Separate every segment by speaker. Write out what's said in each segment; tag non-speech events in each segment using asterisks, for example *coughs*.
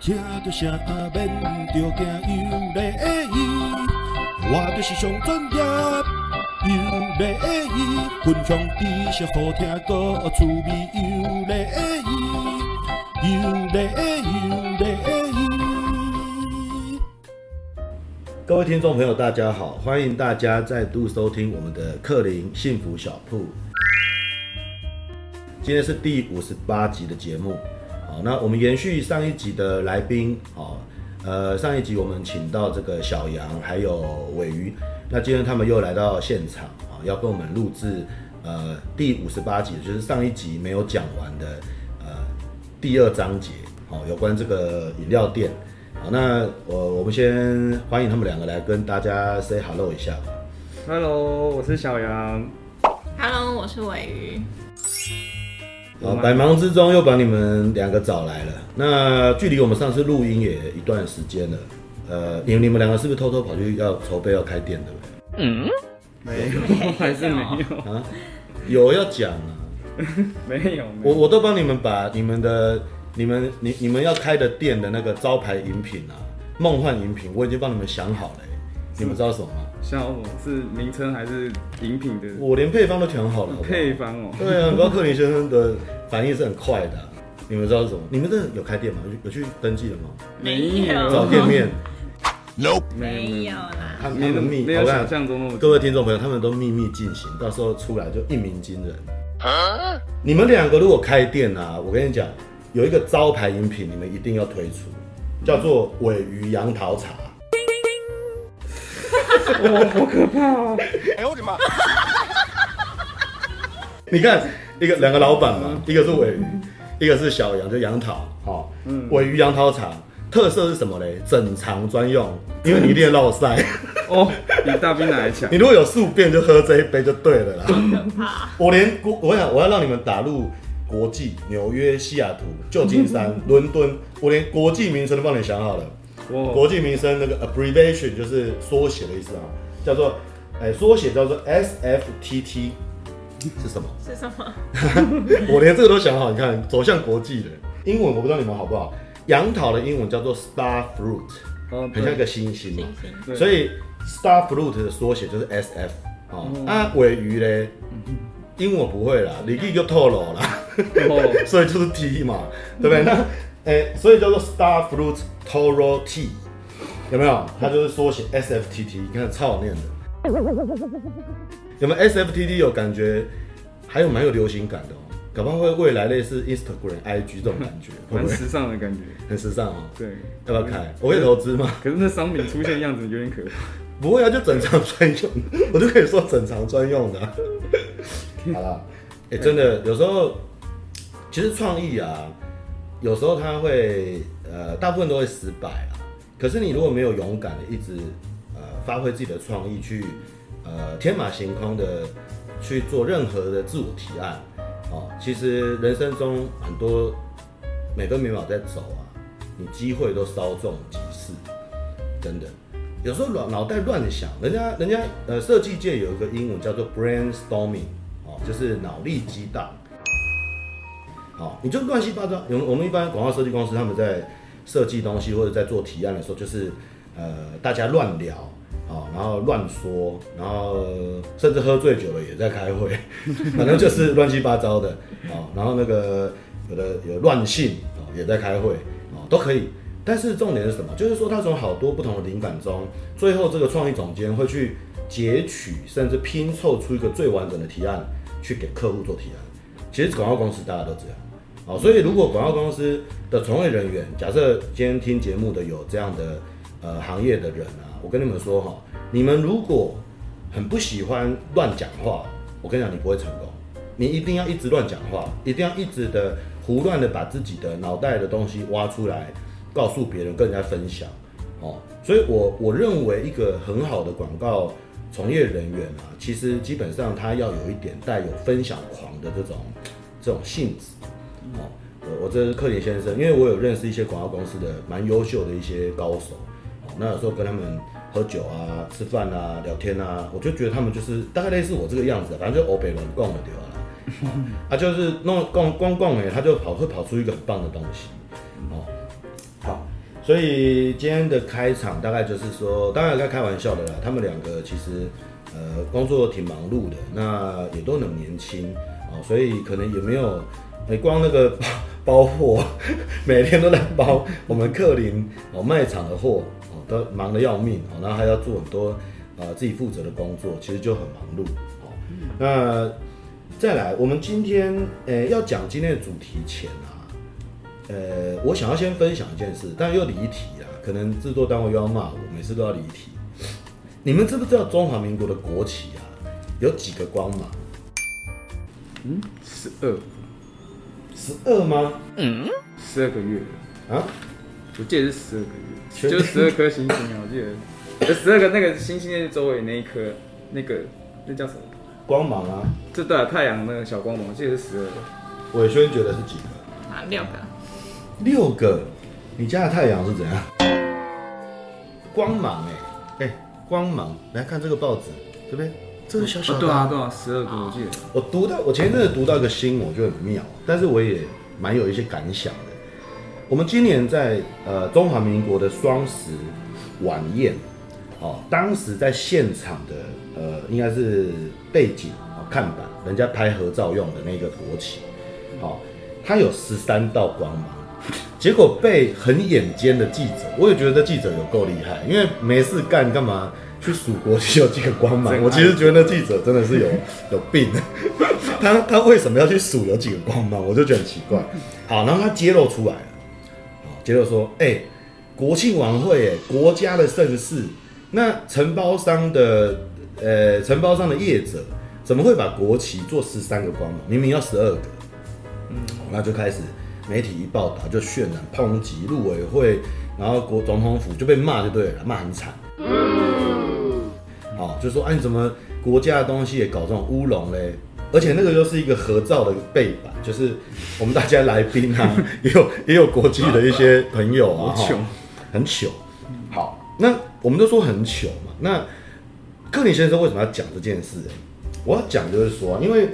Speaker 1: 听着声啊免着惊，有丽的伊，我就是上专业。有丽的伊，分享知识好听歌，趣味有丽的伊，有丽的有丽的伊。
Speaker 2: 各位听众朋友，大家好，欢迎大家再度收听我们的克林幸福小铺。今天是第五十八集的节目，好，那我们延续上一集的来宾，好，呃，上一集我们请到这个小杨还有尾鱼，那今天他们又来到现场，啊，要跟我们录制呃第五十八集，就是上一集没有讲完的呃第二章节，好、有关这个饮料店。好，那我我们先欢迎他们两个来跟大家 say hello 一下吧。
Speaker 3: Hello，我是小杨。
Speaker 4: Hello，我是尾鱼。
Speaker 2: 好，百忙之中又把你们两个找来了。那距离我们上次录音也一段时间了，呃，你你们两个是不是偷偷跑去要筹备要开店，对不
Speaker 3: 没有，还是没有，
Speaker 2: 对？啊，有要讲啊，
Speaker 3: 没有。没
Speaker 2: *laughs* 我
Speaker 3: 有
Speaker 2: 我都帮你们把你们的、你们、你你们要开的店的那个招牌饮品啊，梦幻饮品，我已经帮你们想好了欸、你们知道什么吗？
Speaker 3: 像我是名称还是饮品的
Speaker 2: 我连配方都调好了，好不好
Speaker 3: 配方哦、
Speaker 2: 对啊，高克林先生的反应是很快的啊、你们知道是什么？你们真的有开店吗？有有去登记了吗？
Speaker 4: 没有
Speaker 3: 呃
Speaker 2: 找店
Speaker 3: *laughs*
Speaker 2: 面？
Speaker 3: 没有，
Speaker 4: 没有啦，
Speaker 2: 他
Speaker 3: 没
Speaker 2: 们
Speaker 3: 有，
Speaker 2: 秘，
Speaker 3: 没
Speaker 2: 我
Speaker 3: 有
Speaker 2: 跟你
Speaker 3: 想
Speaker 2: 讲
Speaker 3: 象中那么
Speaker 2: 各位听众朋友，他们都秘密进行，到时候出来就一鸣惊人。你们两个如果开店啊，我跟你讲，有一个招牌饮品，你们一定要推出，叫做尾鱼杨桃茶。哇，好可怕哦！哎呦我的妈！你看，一个两个老板嘛，一个是尾鱼，一个是小杨，就杨桃。好、哦，尾鱼杨桃茶特色是什么嘞？整肠专用，因为你一定落腮。
Speaker 3: 哦，比大兵奶还强
Speaker 2: 你。如果有宿便，就喝这一杯就对了啦。
Speaker 4: 可怕。
Speaker 2: 我连国，我想我要让你们打入国际，纽约、西雅图、旧金 *laughs* 山、伦敦，我连国际名称都帮你想好了。国
Speaker 3: 我
Speaker 2: 际名称那个 abbreviation 就是缩写的意思啊，叫做，哎、缩写叫做 SFTT 是什么？
Speaker 4: 是什么？
Speaker 2: 我连这个都想好，你看走向国际的英文，我不知道你们好不好。杨桃的英文叫做 star fruit，
Speaker 3: 哦，
Speaker 2: 很像一
Speaker 3: 对，
Speaker 2: 个星星嘛
Speaker 4: 星。星。
Speaker 3: 对
Speaker 2: 所以 Star Fruit 的缩写就是 SF 哦。
Speaker 3: 嗯
Speaker 2: 啊，尾鱼嘞，英文我不会啦，你可以就透露啦，
Speaker 3: 哦，
Speaker 2: 所以就是 T 嘛，对不对？那诶、所以叫做 Star Fruit Toro T，有没有？它就是缩写 SFTT，你看超好念的。有没有 SFTT 有感觉？还有蛮有流行感的哦，搞不好会未来类似 Instagram、IG 这种感觉，会
Speaker 3: 蛮
Speaker 2: 不会
Speaker 3: 时尚的感觉。
Speaker 2: 很时尚哦？
Speaker 3: 对，
Speaker 2: 要不要开？我会投资吗？
Speaker 3: 可是那商品出现的样子有点可怕。
Speaker 2: 不会啊，就整场专用，我就可以说整场专用的啊、好啦，哎、真的有时候，其实创意啊，有时候它会呃，大部分都会失败啊。可是你如果没有勇敢的一直呃发挥自己的创意去呃天马行空的去做任何的自我提案，哦，其实人生中很多每分每秒在走啊，你机会都稍纵即逝，真的。有时候脑脑袋乱想，人家人家呃设计界有一个英文叫做 brainstorming，哦，就是脑力激荡。好、你就乱七八糟。我们我们一般广告设计公司他们在设计东西或者在做提案的时候，就是呃大家乱聊，哦，然后乱说，然后呃甚至喝醉酒了也在开会， *laughs* 反正就是乱七八糟的，哦，然后那个有的有乱性，哦，也在开会，哦，都可以。但是重点是什么？就是说，他从好多不同的灵感中，最后这个创意总监会去截取，甚至拼凑出一个最完整的提案，去给客户做提案。其实广告公司大家都这样，好、所以如果广告公司的从业人员，假设今天听节目的有这样的呃行业的人啊，我跟你们说哈、你们如果很不喜欢乱讲话，我跟你讲，你不会成功。你一定要一直乱讲话，一定要一直的胡乱的把自己的脑袋的东西挖出来，告诉别人，跟人家分享。哦，所以我我认为一个很好的广告从业人员啊，其实基本上他要有一点带有分享狂的这种这种性质。哦，我我这是克林先生，因为我有认识一些广告公司的蛮优秀的一些高手，哦，那有时候跟他们喝酒啊、吃饭啊、聊天啊，我就觉得他们就是大概类似我这个样子，啊反正就欧北乱逛的对吧啦？啊，欸哦就是弄逛逛逛哎，他就跑会跑出一个很棒的东西，哦，好，所以今天的开场大概就是说，当然在开玩笑的啦。他们两个其实呃工作挺忙碌的，那也都很年轻哦，所以可能也没有，呃、光那个 *laughs* 包包 *laughs* 货，每天都在包我们克林哦卖场的货哦，都忙得要命哦，然后还要做很多呃自己负责的工作，其实就很忙碌哦。那再来，我们今天呃要讲今天的主题前啊，呃，我想要先分享一件事，但又离题啦，可能制作单位又要骂我，每次都要离题。你们知不知道中华民国的国旗啊有几个光芒？
Speaker 3: 嗯，十二
Speaker 2: 十二吗？
Speaker 3: 十二个月，
Speaker 2: 啊？
Speaker 3: 我记得是十
Speaker 2: 确
Speaker 3: 二个月，
Speaker 2: 定
Speaker 3: 就是十二颗星星啊，我记得，十二个那个星星的周围那一颗，那个那叫什么？
Speaker 2: 光芒啊？
Speaker 3: 这对啊，太阳那个小光芒，我记得是十二个，
Speaker 2: 伟轩觉得是几个？
Speaker 4: 啊，六个，
Speaker 2: 六个。你家的太阳是怎样？光芒哎、哎、光芒！来看这个报纸，对不对？这个小小的、
Speaker 3: 哦对啊对啊，十二个我记得，
Speaker 2: 我读到，我前一阵子读到一个新闻，我觉得很妙，但是我也蛮有一些感想的。我们今年在呃中华民国的双十晚宴，哦，当时在现场的呃应该是背景哦看板，人家拍合照用的那个国旗，哦，它有十三道光芒，结果被很眼尖的记者，我也觉得记者有够厉害，因为没事干干嘛去数国旗有几个光
Speaker 3: 真
Speaker 2: 芒？
Speaker 3: 爱
Speaker 2: 我其实觉得那记者真的是有 *laughs* 有病，他他为什么要去数有几个光芒？我就觉得很奇怪。好，然后他揭露出来了，好揭露说，哎、国庆晚会，哎，国家的盛事，那承包商的呃承包商的业者怎么会把国旗做十三个光芒？明明要十二个。那就开始媒体一报道就渲染抨击陆委会，然后国总统府就被骂就对了，骂很惨。
Speaker 3: 嗯
Speaker 2: 好、就说哎、你怎么国家的东西也搞这种乌龙嘞？而且那个又是一个合照的背板，就是我们大家来宾
Speaker 3: *laughs*
Speaker 2: 啊，也有也有国际的一些朋友啊，
Speaker 3: 好糗嗯
Speaker 2: 哈很糗。好，那我们都说很糗嘛，那克林先生为什么要讲这件事？我要讲就是说，因为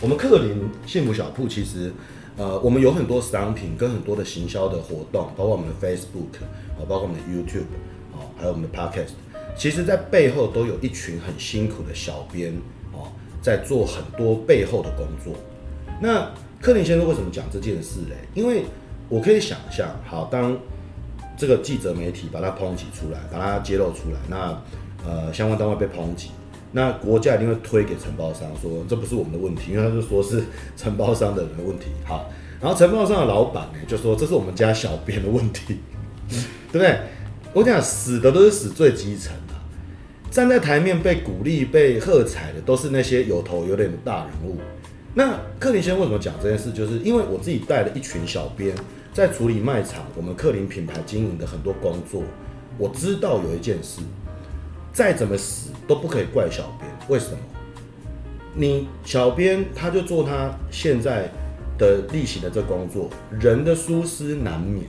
Speaker 2: 我们克林幸福小铺其实，呃，我们有很多商品跟很多的行销的活动，包括我们的 Facebook，哦，包括我们的 YouTube，哦，还有我们的 Podcast，其实在背后都有一群很辛苦的小编哦，在做很多背后的工作。那克林先生为什么讲这件事嘞？因为我可以想象，好，当这个记者媒体把它抨击出来，把它揭露出来，那呃相关单位被抨击，那国家一定会推给承包商说这不是我们的问题，因为他就说是承包商的人的问题。好，然后承包商的老板呢就说这是我们家小编的问题，对不对？我讲死的都是死最基层啊，站在台面被鼓励、被喝彩的都是那些有头有脸的大人物。那克林先生为什么讲这件事？就是因为我自己带了一群小编在处理卖场，我们克林品牌经营的很多工作，我知道有一件事，再怎么死都不可以怪小编，为什么？你小编他就做他现在的例行的这工作，人的疏失难免。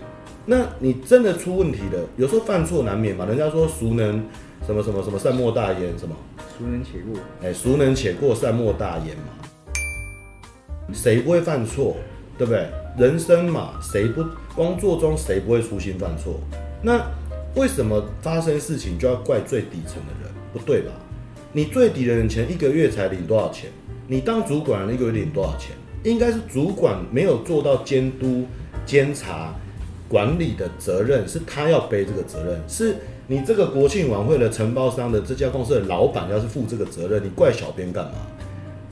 Speaker 2: 那你真的出问题了，有时候犯错难免嘛。人家说熟能什么什么什么善莫大焉，什么
Speaker 3: 熟能且过，
Speaker 2: 哎，孰能且过，善莫大焉嘛。哎谁不会犯错，对不对？人生嘛，谁不工作中谁不会粗心犯错？那为什么发生事情就要怪最底层的人？不对吧？你最底的人前一个月才领多少钱？你当主管的一个月领多少钱？应该是主管没有做到监督、监察、管理的责任，是他要背这个责任，是你这个国庆晚会的承包商的这家公司的老板要是负这个责任，你怪小编干嘛？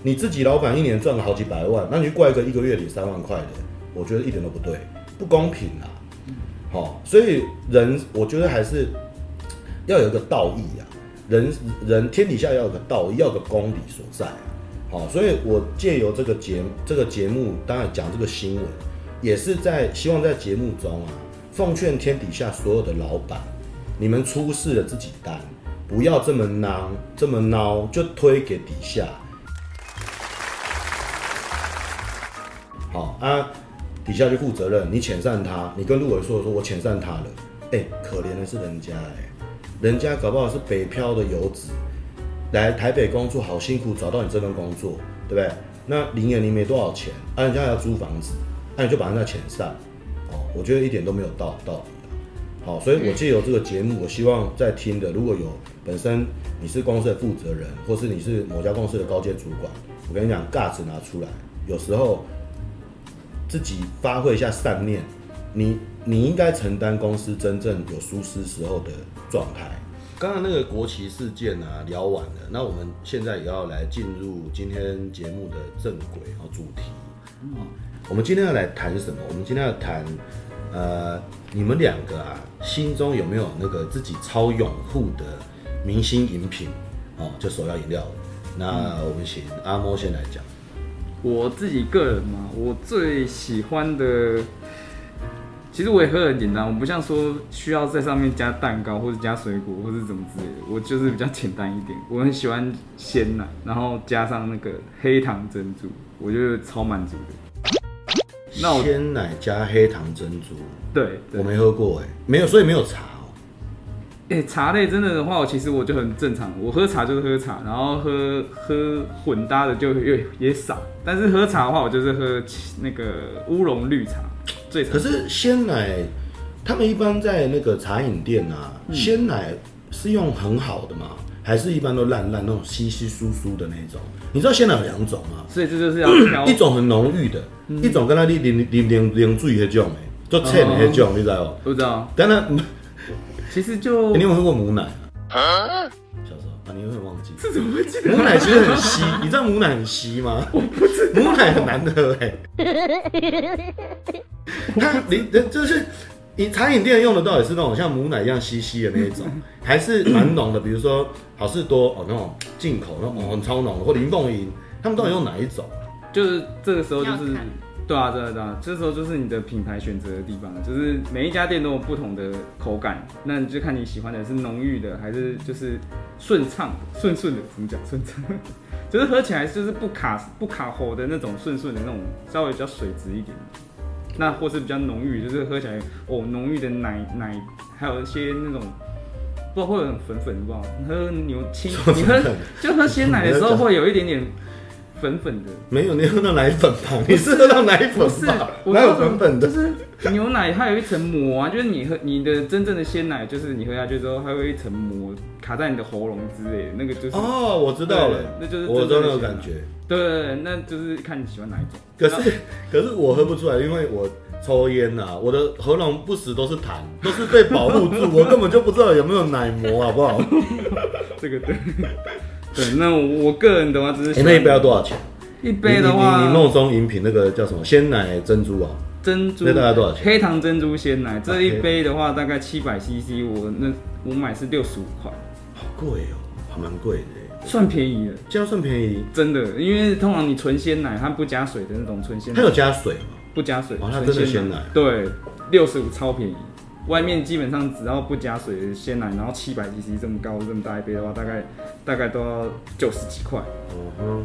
Speaker 2: 你自己老板一年赚个好几百万，那你去怪一个一个月领三万块的，我觉得一点都不对，不公平啊！好、所以人我觉得还是要有一个道义啊，人人天底下要有个道义，要有个公理所在啊。好，所以我借由这个节这个节目，当然讲这个新闻，也是在希望在节目中啊，奉劝天底下所有的老板，你们出事了自己担，不要这么孬这么孬，就推给底下。好啊，底下去负责任，你遣散他，你跟陆委说说，我遣散他了。哎、可怜的是人家哎、人家搞不好是北漂的游子，来台北工作好辛苦，找到你这份工作，对不对？那林彦玲没多少钱，啊，人家还要租房子，那、你就把人家遣散，哦，我觉得一点都没有道道理啊。好，所以我借由这个节目，我希望在听的，如果有本身你是公司的负责人，或是你是某家公司的高阶主管，我跟你讲，尬子拿出来，有时候自己发挥一下善念，你你应该承担公司真正有疏失时候的状态。刚刚那个国旗事件啊，聊完了，那我们现在也要来进入今天节目的正轨和主题。嗯哦我们今天要来谈什么？我们今天要谈，呃，你们两个啊，心中有没有那个自己超拥护的明星饮品？哦，就手摇饮料。那我们请阿莫先来讲。
Speaker 3: 我自己个人嘛，我最喜欢的，其实我也喝得很简单，我不像说需要在上面加蛋糕或者加水果或者怎么之类的，我就是比较简单一点。我很喜欢鲜奶，然后加上那个黑糖珍珠，我觉得超满足的。那我
Speaker 2: 鲜奶加黑糖珍珠，
Speaker 3: 对，对
Speaker 2: 我没喝过哎、没有，所以没有茶哦。
Speaker 3: 哎、茶类真的的话，我其实我就很正常，我喝茶就是喝茶，然后喝喝混搭的就越也少，但是喝茶的话，我就是喝那个乌龙绿茶，最常
Speaker 2: 可是鲜奶，他们一般在那个茶饮店啊，鲜奶是用很好的嘛，还是一般都烂烂那种稀稀疏疏的那种？你知道鲜奶有两种吗？
Speaker 3: 所以这就是要挑
Speaker 2: 一种很浓郁的，一种跟它你淋淋淋淋水迄种的，做浅的迄种，你知道哦不？
Speaker 3: 不知道，
Speaker 2: 但那你
Speaker 3: 其实就
Speaker 2: 欸有
Speaker 3: *laughs*
Speaker 2: 没有喝过母奶啊？小时候啊，你会忘记？
Speaker 3: 这怎么会记
Speaker 2: 母奶其实很稀，你知道母奶很稀吗？我不知母奶很难喝哎、它你就是你茶饮店用的到底是那种像母奶一样稀稀的那一
Speaker 3: *laughs*
Speaker 2: 种，还是蛮浓的？比如说好事多哦那种进口那种哦很超浓的，或林凤营，他们到底用哪一种？
Speaker 3: 就是这个时候就是
Speaker 4: 要看，
Speaker 3: 对啊，对啊，对啊，这时候就是你的品牌选择的地方，就是每一家店都有不同的口感，那你就看你喜欢的是浓郁的，还是就是顺畅的、顺顺的，怎么讲顺畅？就是喝起来就是不卡不卡喉的那种顺顺的那种，稍微比较水质一点。那或是比较浓郁，就是喝起来哦，浓郁的奶奶，还有一些那种，不知道会有那种粉粉，不知道喝牛清，你喝就喝鲜奶的时候会有一点点粉粉的，
Speaker 2: 没有，你喝到奶粉吧？你是喝到奶粉 *laughs*
Speaker 3: 不是
Speaker 2: 吧？，
Speaker 3: 我
Speaker 2: 哪有
Speaker 3: 告诉
Speaker 2: 粉
Speaker 3: 你
Speaker 2: 粉的
Speaker 3: 就？是牛奶它有一层膜啊，就是你喝你的真正的鲜奶，就是你喝下去之后，它会有一层膜卡在你的喉咙之类的，那个就是，
Speaker 2: 哦，我知道了，
Speaker 3: 对那就是
Speaker 2: 我知道那种
Speaker 3: 真正的
Speaker 2: 感觉。
Speaker 3: 对对对，那就是看你喜欢哪一种。
Speaker 2: 可是可是我喝不出来，因为我抽烟呐、我的喉咙不时都是痰，都是被保护住，我根本就不知道有没有奶膜，好
Speaker 3: *laughs*
Speaker 2: 不好？
Speaker 3: 这个对，对，那我我个人的话，只是喜
Speaker 2: 哎，
Speaker 3: 欢
Speaker 2: 那一杯要多少钱？
Speaker 3: 一杯
Speaker 2: 你你
Speaker 3: 的
Speaker 2: 你你
Speaker 3: 话，
Speaker 2: 弄松饮品那个叫什么鲜奶珍珠啊？
Speaker 3: 珍珠
Speaker 2: 那大概多少钱啊
Speaker 3: 黑糖珍珠鲜奶这一
Speaker 2: 黑
Speaker 3: 杯的话，大概七百 CC，我那我买是六十五块，
Speaker 2: 好贵哦，还蛮贵的，
Speaker 3: 算便宜了，
Speaker 2: 这样算便宜。
Speaker 3: 真的，因为通常你纯鲜奶它不加水的那种纯鲜奶
Speaker 2: 它。有加水吗？
Speaker 3: 不加水，
Speaker 2: 哦它
Speaker 3: 纯
Speaker 2: 真的
Speaker 3: 鲜
Speaker 2: 鲜奶
Speaker 3: 对，六十五超便宜。外面基本上只要不加水的鲜奶，然后七百 CC 这么高这么大一杯的话，大概大概都要九十几块。
Speaker 2: 嗯哼，
Speaker 3: 哦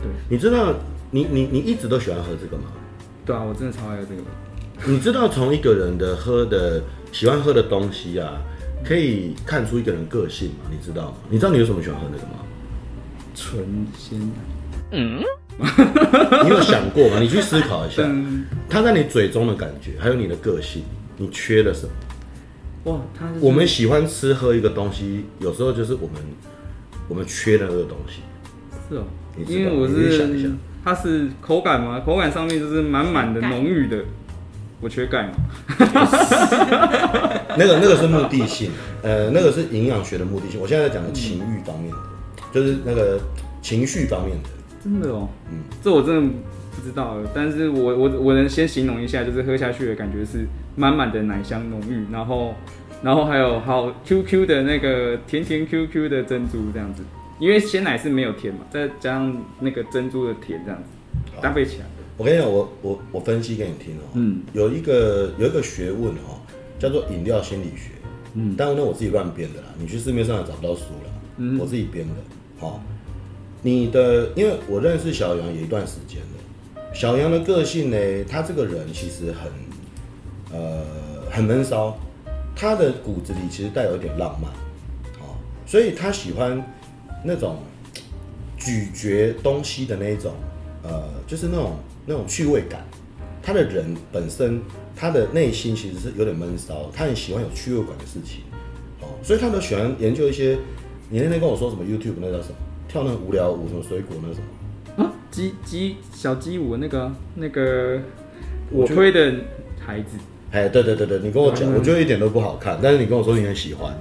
Speaker 3: 对，
Speaker 2: 你知道你你你一直都喜欢喝这个吗？
Speaker 3: 对啊，我真的超爱这个。
Speaker 2: 你知道从一个人的喝的喜欢喝的东西啊，可以看出一个人个性吗？你知道吗？你知道你为什么喜欢喝那个吗？
Speaker 3: 纯鲜奶，
Speaker 2: *laughs* 你有想过吗？你去思考一下，
Speaker 3: 嗯，
Speaker 2: 它在你嘴中的感觉，还有你的个性，你缺了什么？
Speaker 3: 哇，它就是
Speaker 2: 我们喜欢吃喝一个东西，有时候就是我们我们缺了那个东西。
Speaker 3: 是哦
Speaker 2: 你，知道
Speaker 3: 因为我
Speaker 2: 你想一
Speaker 3: 是
Speaker 2: 想
Speaker 3: 它是口感嘛，口感上面就是满满的浓郁的，我缺钙嘛，
Speaker 2: 那个那个是目的性，呃，那个是营养学的目的性。我现在在讲的情欲方面的，就是那个情绪方面的。
Speaker 3: 真的哦，
Speaker 2: 嗯
Speaker 3: 这我真的不知道，但是我我我能先形容一下，就是喝下去的感觉是满满的奶香浓郁，然后然后还有好 QQ 的那个甜甜 QQ 的珍珠这样子，因为鲜奶是没有甜嘛，再加上那个珍珠的甜这样子
Speaker 2: 哦
Speaker 3: 搭配起来，
Speaker 2: 我跟你讲，我我我分析给你听哦、
Speaker 3: 嗯
Speaker 2: 有一个有一个学问哦、叫做饮料心理学。嗯，当然呢，我自己乱编的啦，你去市面上也找不到书啦，
Speaker 3: 嗯
Speaker 2: 我自己编的。好、你的，因为我认识小杨也一段时间了，小杨的个性呢，他这个人其实很，呃，很闷骚，他的骨子里其实带有一点浪漫，哦，所以他喜欢那种咀嚼东西的那一种，呃，就是那种那种趣味感。他的人本身，他的内心其实是有点闷骚，他很喜欢有趣味感的事情，哦，所以他都喜欢研究一些。你那天跟我说什么 YouTube 那叫什么？跳那个无聊舞，什么水果那什么？
Speaker 3: 啊，鸡鸡小鸡舞那个啊那个
Speaker 2: 我
Speaker 3: 我
Speaker 2: 觉得
Speaker 3: 推的孩子，
Speaker 2: 哎，对对对对，你跟我讲，
Speaker 3: 嗯
Speaker 2: 我觉得一点都不好看，但是你跟我说你很喜欢，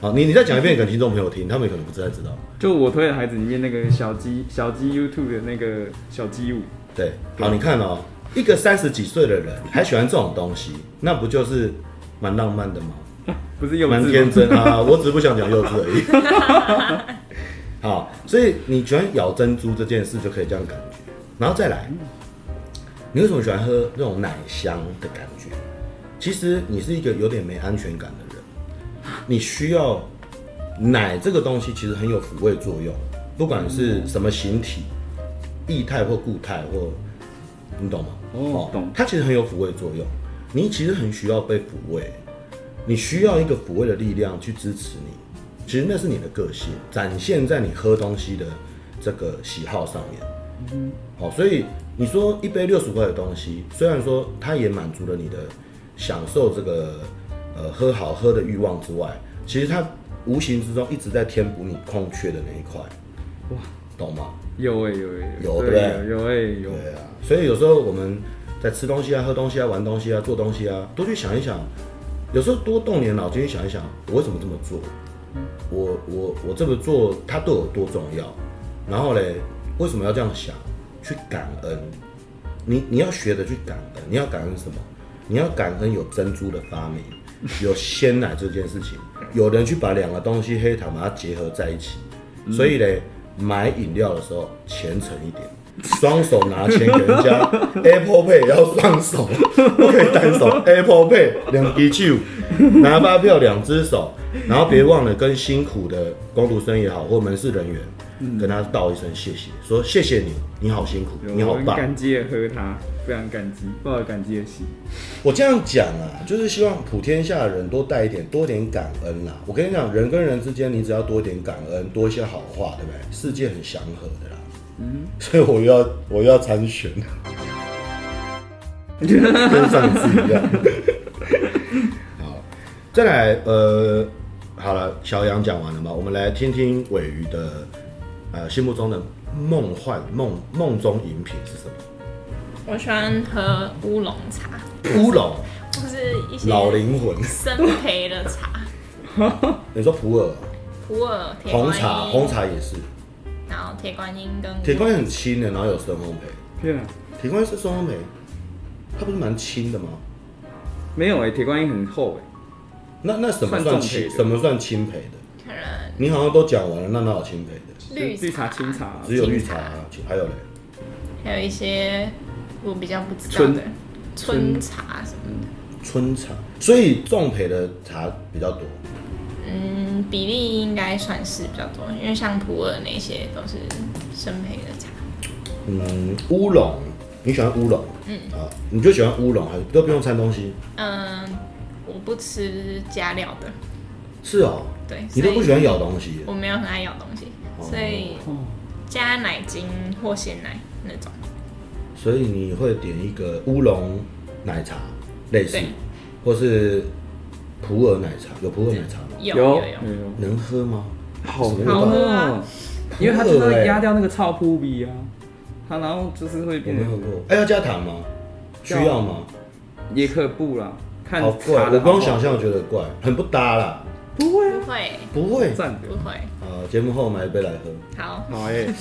Speaker 2: 好，你你再讲一遍给听众朋友听，他们可能不太知道。
Speaker 3: 就我推的孩子里面那个小鸡小鸡 YouTube 的那个小鸡舞，
Speaker 2: 对，好，你看哦，一个三十几岁的人还喜欢这种东西，那不就是蛮浪漫的吗？
Speaker 3: 不是幼
Speaker 2: 蛮
Speaker 3: 稚
Speaker 2: 天
Speaker 3: 吗？
Speaker 2: 真 *laughs* 啊！我只是不想讲幼稚而已。 *laughs* 好，所以你喜欢咬珍珠这件事就可以这样感觉，然后再来，你为什么喜欢喝那种奶香的感觉？其实你是一个有点没安全感的人，你需要奶这个东西其实很有抚慰作用，不管是什么形体，液态或固态或，你懂吗？
Speaker 3: 哦懂
Speaker 2: 它其实很有抚慰作用，你其实很需要被抚慰。你需要一个抚慰的力量去支持你。其实那是你的个性，展现在你喝东西的这个喜好上面。好、哦所以你说一杯六十块的东西，虽然说它也满足了你的享受这个呃喝好喝的欲望之外，其实它无形之中一直在填补你空缺的那一块。哇，懂吗？
Speaker 3: 有哎、有哎、
Speaker 2: 有对不
Speaker 3: 对
Speaker 2: 对
Speaker 3: 有有哎、有，
Speaker 2: 对啊，所以有时候我们在吃东西啊、喝东西啊、玩东西啊、做东西啊，多去想一想，有时候多动点脑筋去想一想，我为什么这么做？我我我这么做，它对我多重要？然后嘞，为什么要这样想？去感恩，你你要学着去感恩，你要感恩什么？你要感恩有珍珠的发明，有鲜奶这件事情，有人去把两个东西黑糖把它结合在一起，
Speaker 3: 嗯
Speaker 2: 所以嘞，买饮料的时候虔诚一点，双手拿钱给人家 *laughs* ，Apple Pay 要双手，不可以单手 Apple Pay 两只手，拿发票两只手，然后别忘了跟辛苦的工读生也好或门市人员。跟他道一声谢谢，说谢谢你，你好辛苦，
Speaker 3: 嗯有
Speaker 2: 你好
Speaker 3: 我很
Speaker 2: 棒。
Speaker 3: 感激的喝它，非常感激，抱着感激的心。
Speaker 2: 我这样讲啊，就是希望普天下的人都带一点多点感恩啦。我跟你讲，人跟人之间，你只要多一点感恩，多一些好话，对不对？世界很祥和的啦。嗯，所以我又要我又要参选，跟上次一样。 *laughs* 好，再来，呃，好了，小杨讲完了嘛，我们来听听尾鱼的呃心目中的梦幻梦梦中饮品是 *laughs* 什
Speaker 4: 我喜欢喝乌龙茶，
Speaker 2: 么？乌龙
Speaker 4: 或是一些
Speaker 2: 老灵魂，
Speaker 4: 生焙的茶，
Speaker 2: 你说普洱啊
Speaker 4: 普洱、铁观音
Speaker 2: 红茶，红，茶也是。
Speaker 4: 然后铁观音跟
Speaker 2: 铁观音很轻的，然后有深烘焙。
Speaker 3: 天啊，
Speaker 2: 铁观音是深烘焙，它不是蛮轻的吗？
Speaker 3: 没有哎、铁观音很厚哎、
Speaker 2: 那那什么
Speaker 3: 算
Speaker 2: 算
Speaker 3: 重焙
Speaker 2: 轻？
Speaker 3: 的
Speaker 2: 什么算轻焙的？
Speaker 4: 可能
Speaker 2: 你好像都讲完了，那哪有轻焙的？
Speaker 4: 绿
Speaker 3: 绿茶、清茶、
Speaker 2: 只有绿
Speaker 4: 清
Speaker 2: 茶
Speaker 4: 嗯茶
Speaker 2: 啊，还有嘞，
Speaker 4: 还有一些我比较不知道
Speaker 3: 春
Speaker 4: 的春茶什么的，
Speaker 2: 春茶。所以重焙的茶比较多。
Speaker 4: 嗯，比例应该算是比较多，因为像普洱那些都是生焙的茶。
Speaker 2: 嗯，乌龙，你喜欢乌龙？嗯啊，你就喜欢乌龙，还是都不用掺东西？
Speaker 4: 嗯，我不吃加料的，
Speaker 2: 是哦，
Speaker 4: 对，
Speaker 2: 你都不喜
Speaker 4: 所以
Speaker 2: 欢咬东西
Speaker 4: 我没有很爱咬东西，所以
Speaker 3: 哦，
Speaker 4: 加奶精或鲜奶那种。
Speaker 2: 所以你会点一个乌龙奶茶类似
Speaker 4: 对，
Speaker 2: 或是普洱奶茶，有嗯普洱奶茶吗？
Speaker 4: 有有有，
Speaker 3: 有，
Speaker 2: 能喝吗？
Speaker 3: 好
Speaker 2: 什么味道
Speaker 4: 好喝啊
Speaker 3: 哦，因为它就是
Speaker 2: 普洱
Speaker 3: 会
Speaker 2: 欸
Speaker 3: 压掉那个臭扑鼻啊，它然后就是会
Speaker 2: 我
Speaker 3: 变
Speaker 2: 没
Speaker 3: 得
Speaker 2: 喝过。哎，要加糖吗？需要吗？
Speaker 3: 也可不啦，看
Speaker 2: 好怪，
Speaker 3: 茶
Speaker 2: 我
Speaker 3: 的
Speaker 2: 光
Speaker 3: 好不好
Speaker 2: 想象就觉得怪，很不搭啦。
Speaker 3: 不会啊，
Speaker 4: 不会
Speaker 2: 不会，
Speaker 3: 赞的
Speaker 4: 不，会，
Speaker 2: 呃，节目后买一杯来喝。
Speaker 4: 好，
Speaker 3: 好
Speaker 2: 欸
Speaker 3: 哎、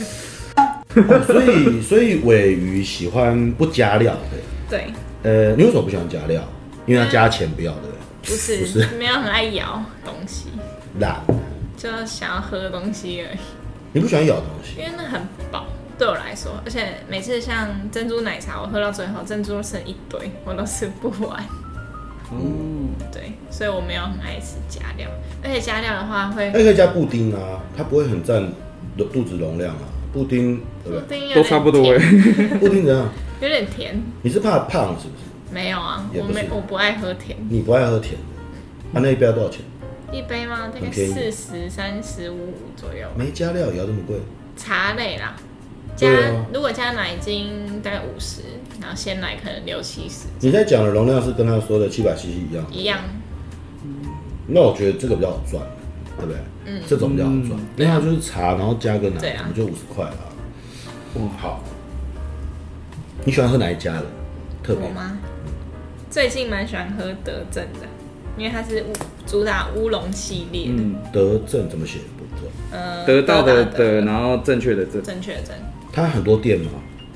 Speaker 2: 哦所以，所以尾鱼喜欢不加料的。
Speaker 4: 对，
Speaker 2: 呃，你为什么不喜欢加料？因为它加钱不要的，
Speaker 4: 不是
Speaker 2: 不是 *laughs*
Speaker 4: 没有很爱咬东西，
Speaker 2: 懒。
Speaker 4: 就想要喝东西而已，
Speaker 2: 你不喜欢咬东西
Speaker 4: 因，为那很饱。对我来说，而且每次像珍珠奶茶，我喝到最后珍珠剩一堆，我都吃不完。
Speaker 3: 嗯，
Speaker 4: 对，所以我没有很爱吃加料，而且加料的话会
Speaker 2: 那可以加布丁啊，它不会很占肚子容量啊。布丁对不欸
Speaker 4: 布
Speaker 2: 对？
Speaker 4: 丁有
Speaker 3: 都
Speaker 4: 点
Speaker 3: 差不多哎、
Speaker 4: 甜
Speaker 2: 布丁怎样？
Speaker 4: 有点甜。
Speaker 2: 你是怕胖是不是？
Speaker 4: 没有啊，
Speaker 2: 也
Speaker 4: 我
Speaker 2: 不是
Speaker 4: 没我不爱喝甜，
Speaker 2: 你不爱喝甜的，它、那一杯要多少钱？
Speaker 4: 一杯吗？大概
Speaker 2: 很便宜
Speaker 4: 四十三十五左右，
Speaker 2: 没加料也要这么贵？
Speaker 4: 茶类啦，加、
Speaker 2: 对啊
Speaker 4: 如果加奶精大概五十，然后鲜奶可能六七十，
Speaker 2: 你在讲的容量是跟他说的七百 CC 一样，
Speaker 4: 一样。
Speaker 2: 那我觉得这个比较好赚，对不对？嗯，这种比较好赚。那它就是茶，然后加个
Speaker 4: 对
Speaker 2: 奶
Speaker 4: 啊，
Speaker 2: 我就五十块啦。
Speaker 3: 哇
Speaker 2: 好。你喜欢喝哪一家的？特别
Speaker 4: 我吗？最近蛮喜欢喝德政的，因为它是乌主打乌龙系列的，
Speaker 3: 嗯，
Speaker 2: 德政怎么写？不知道。
Speaker 4: 呃，
Speaker 3: 得到的
Speaker 4: 德达
Speaker 3: 得，然后正确的正，
Speaker 4: 正确的正，
Speaker 2: 它很多店嘛，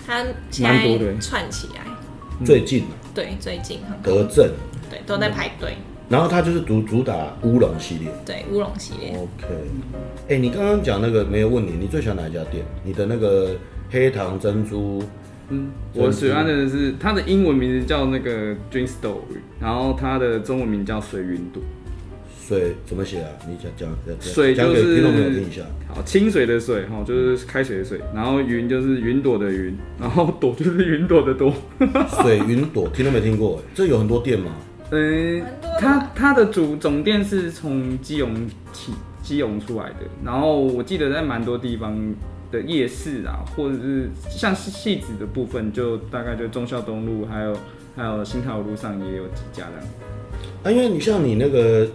Speaker 4: 它现
Speaker 3: 蛮多
Speaker 4: 在
Speaker 3: 的
Speaker 4: 串起来，
Speaker 2: 最近啊
Speaker 4: 对，最近很
Speaker 2: 德
Speaker 4: 多，
Speaker 2: 政，
Speaker 4: 对，都在排队，
Speaker 2: 然后它就是主主打乌龙系列。
Speaker 4: 对，乌龙系列，
Speaker 2: OK，哎、你刚刚讲那个没有问你，你最喜欢哪一家店？你的那个黑糖珍珠
Speaker 3: 嗯，我喜欢的是它的英文名字叫那个 Dream Store，然后它的中文名叫水云朵，
Speaker 2: 水怎么写啊？你讲讲讲
Speaker 3: 水
Speaker 2: 讲
Speaker 3: 就
Speaker 2: 给
Speaker 3: 是
Speaker 2: 听众朋友听一下。
Speaker 3: 好，清水的水哈、就是开水的水，然后云就是云朵的云，然后朵就是云朵的朵。
Speaker 2: 水云朵，听都没听过、哎这有很多店吗？
Speaker 3: 嗯
Speaker 4: 蛮多的，
Speaker 3: 它它的主总店是从基隆起基隆出来的，然后我记得在蛮多地方的夜市啊，或者是像是戏子的部分，就大概就忠孝东路还有还有新泰路上也有几家这样。
Speaker 2: 啊，因为你像你那个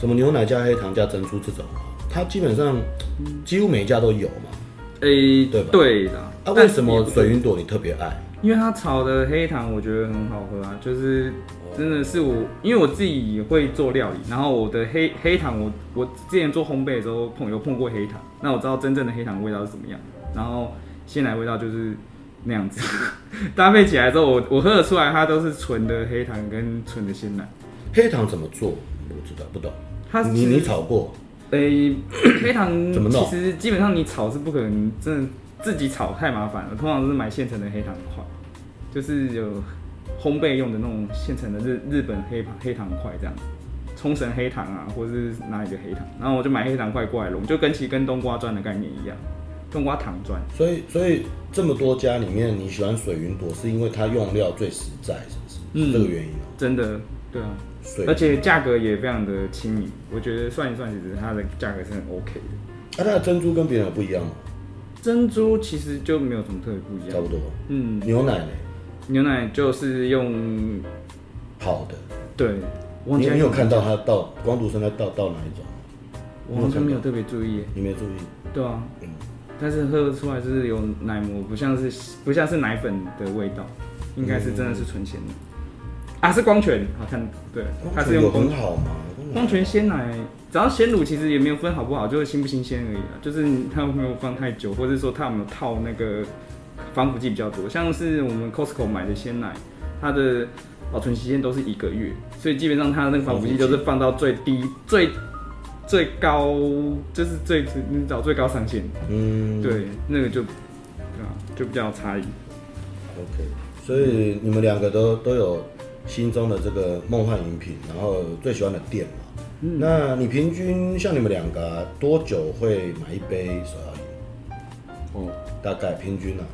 Speaker 2: 什么牛奶加黑糖加珍珠这种，啊它基本上几乎每一家都有嘛。
Speaker 3: 诶、
Speaker 2: 对吧
Speaker 3: 对啦，
Speaker 2: 啊，为
Speaker 3: 但
Speaker 2: 什
Speaker 3: 也
Speaker 2: 么
Speaker 3: 不
Speaker 2: 水云朵你特别爱？
Speaker 3: 因为它炒的黑糖我觉得很好喝啊，就是真的是我，因为我自己也会做料理，然后我的黑黑糖我我之前做烘焙的时候碰有碰过黑糖，那我知道真正的黑糖味道是怎么样，然后鲜奶味道就是那样子， *laughs* 搭配起来之后我我喝得出来它都是纯的黑糖跟纯的鲜奶，
Speaker 2: 黑糖怎么做？我不知道，不懂。
Speaker 3: 它
Speaker 2: 你
Speaker 3: 其实
Speaker 2: 你炒过？ *coughs*
Speaker 3: 诶、黑糖
Speaker 2: 怎么弄
Speaker 3: 其实基本上你炒是不可能真的自己炒太麻烦了，通常都是买现成的黑糖块，就是有烘焙用的那种现成的日日本黑糖黑糖块这样子，冲绳黑糖啊，或者是哪里的黑糖，然后我就买黑糖块过来弄，就跟其实跟冬瓜砖的概念一样，冬瓜糖砖。
Speaker 2: 所以，所以这么多家里面，你喜欢水云朵是因为它用料最实在，是不是？
Speaker 3: 嗯
Speaker 2: 是这个原因哦、
Speaker 3: 真的，对啊，
Speaker 2: 水，
Speaker 3: 而
Speaker 2: 啊，
Speaker 3: 且价格也非常的亲民，我觉得算一算，其实它的价格是很 OK 的。
Speaker 2: 它的啊珍珠跟别人有不一样吗？
Speaker 3: 珍珠其实就没有什么特别不一
Speaker 2: 差
Speaker 3: 样，
Speaker 2: 不多。
Speaker 3: 嗯，
Speaker 2: 牛奶呢？
Speaker 3: 牛奶就是用，
Speaker 2: 好的，
Speaker 3: 对，忘
Speaker 2: 你
Speaker 3: 记
Speaker 2: 你有看到它倒光读生它倒倒哪一种？
Speaker 3: 我好像没有特别注意耶，
Speaker 2: 你没注意？
Speaker 3: 对啊
Speaker 2: 嗯，
Speaker 3: 但是喝出来就是有奶膜，不像是不像是奶粉的味道，应该是真
Speaker 2: 嗯
Speaker 3: 的是纯鲜奶，啊是光泉，好看，对，它
Speaker 2: 光
Speaker 3: 是
Speaker 2: 泉有
Speaker 3: 用光
Speaker 2: 很好吗？
Speaker 3: 光泉鲜奶，只要鲜乳其实也没有分好不好，就是新不新鲜而已啦，就是它有没有放太久，或者说它有没有套那个防腐剂比较多，像是我们 Costco 买的鲜奶，它的保存期限都是一个月，所以基本上它的那个防腐剂就是放到最低、最最高，就是最你找最高上限，
Speaker 2: 嗯，
Speaker 3: 对，那个就对啊，就比较有差异。
Speaker 2: ，OK。所以你们两个都都有心中的这个梦幻饮品，然后最喜欢的店嘛。
Speaker 3: 嗯
Speaker 2: 那你平均像你们两个啊、多久会买一杯手摇饮？
Speaker 3: 哦，
Speaker 2: 大概平均啊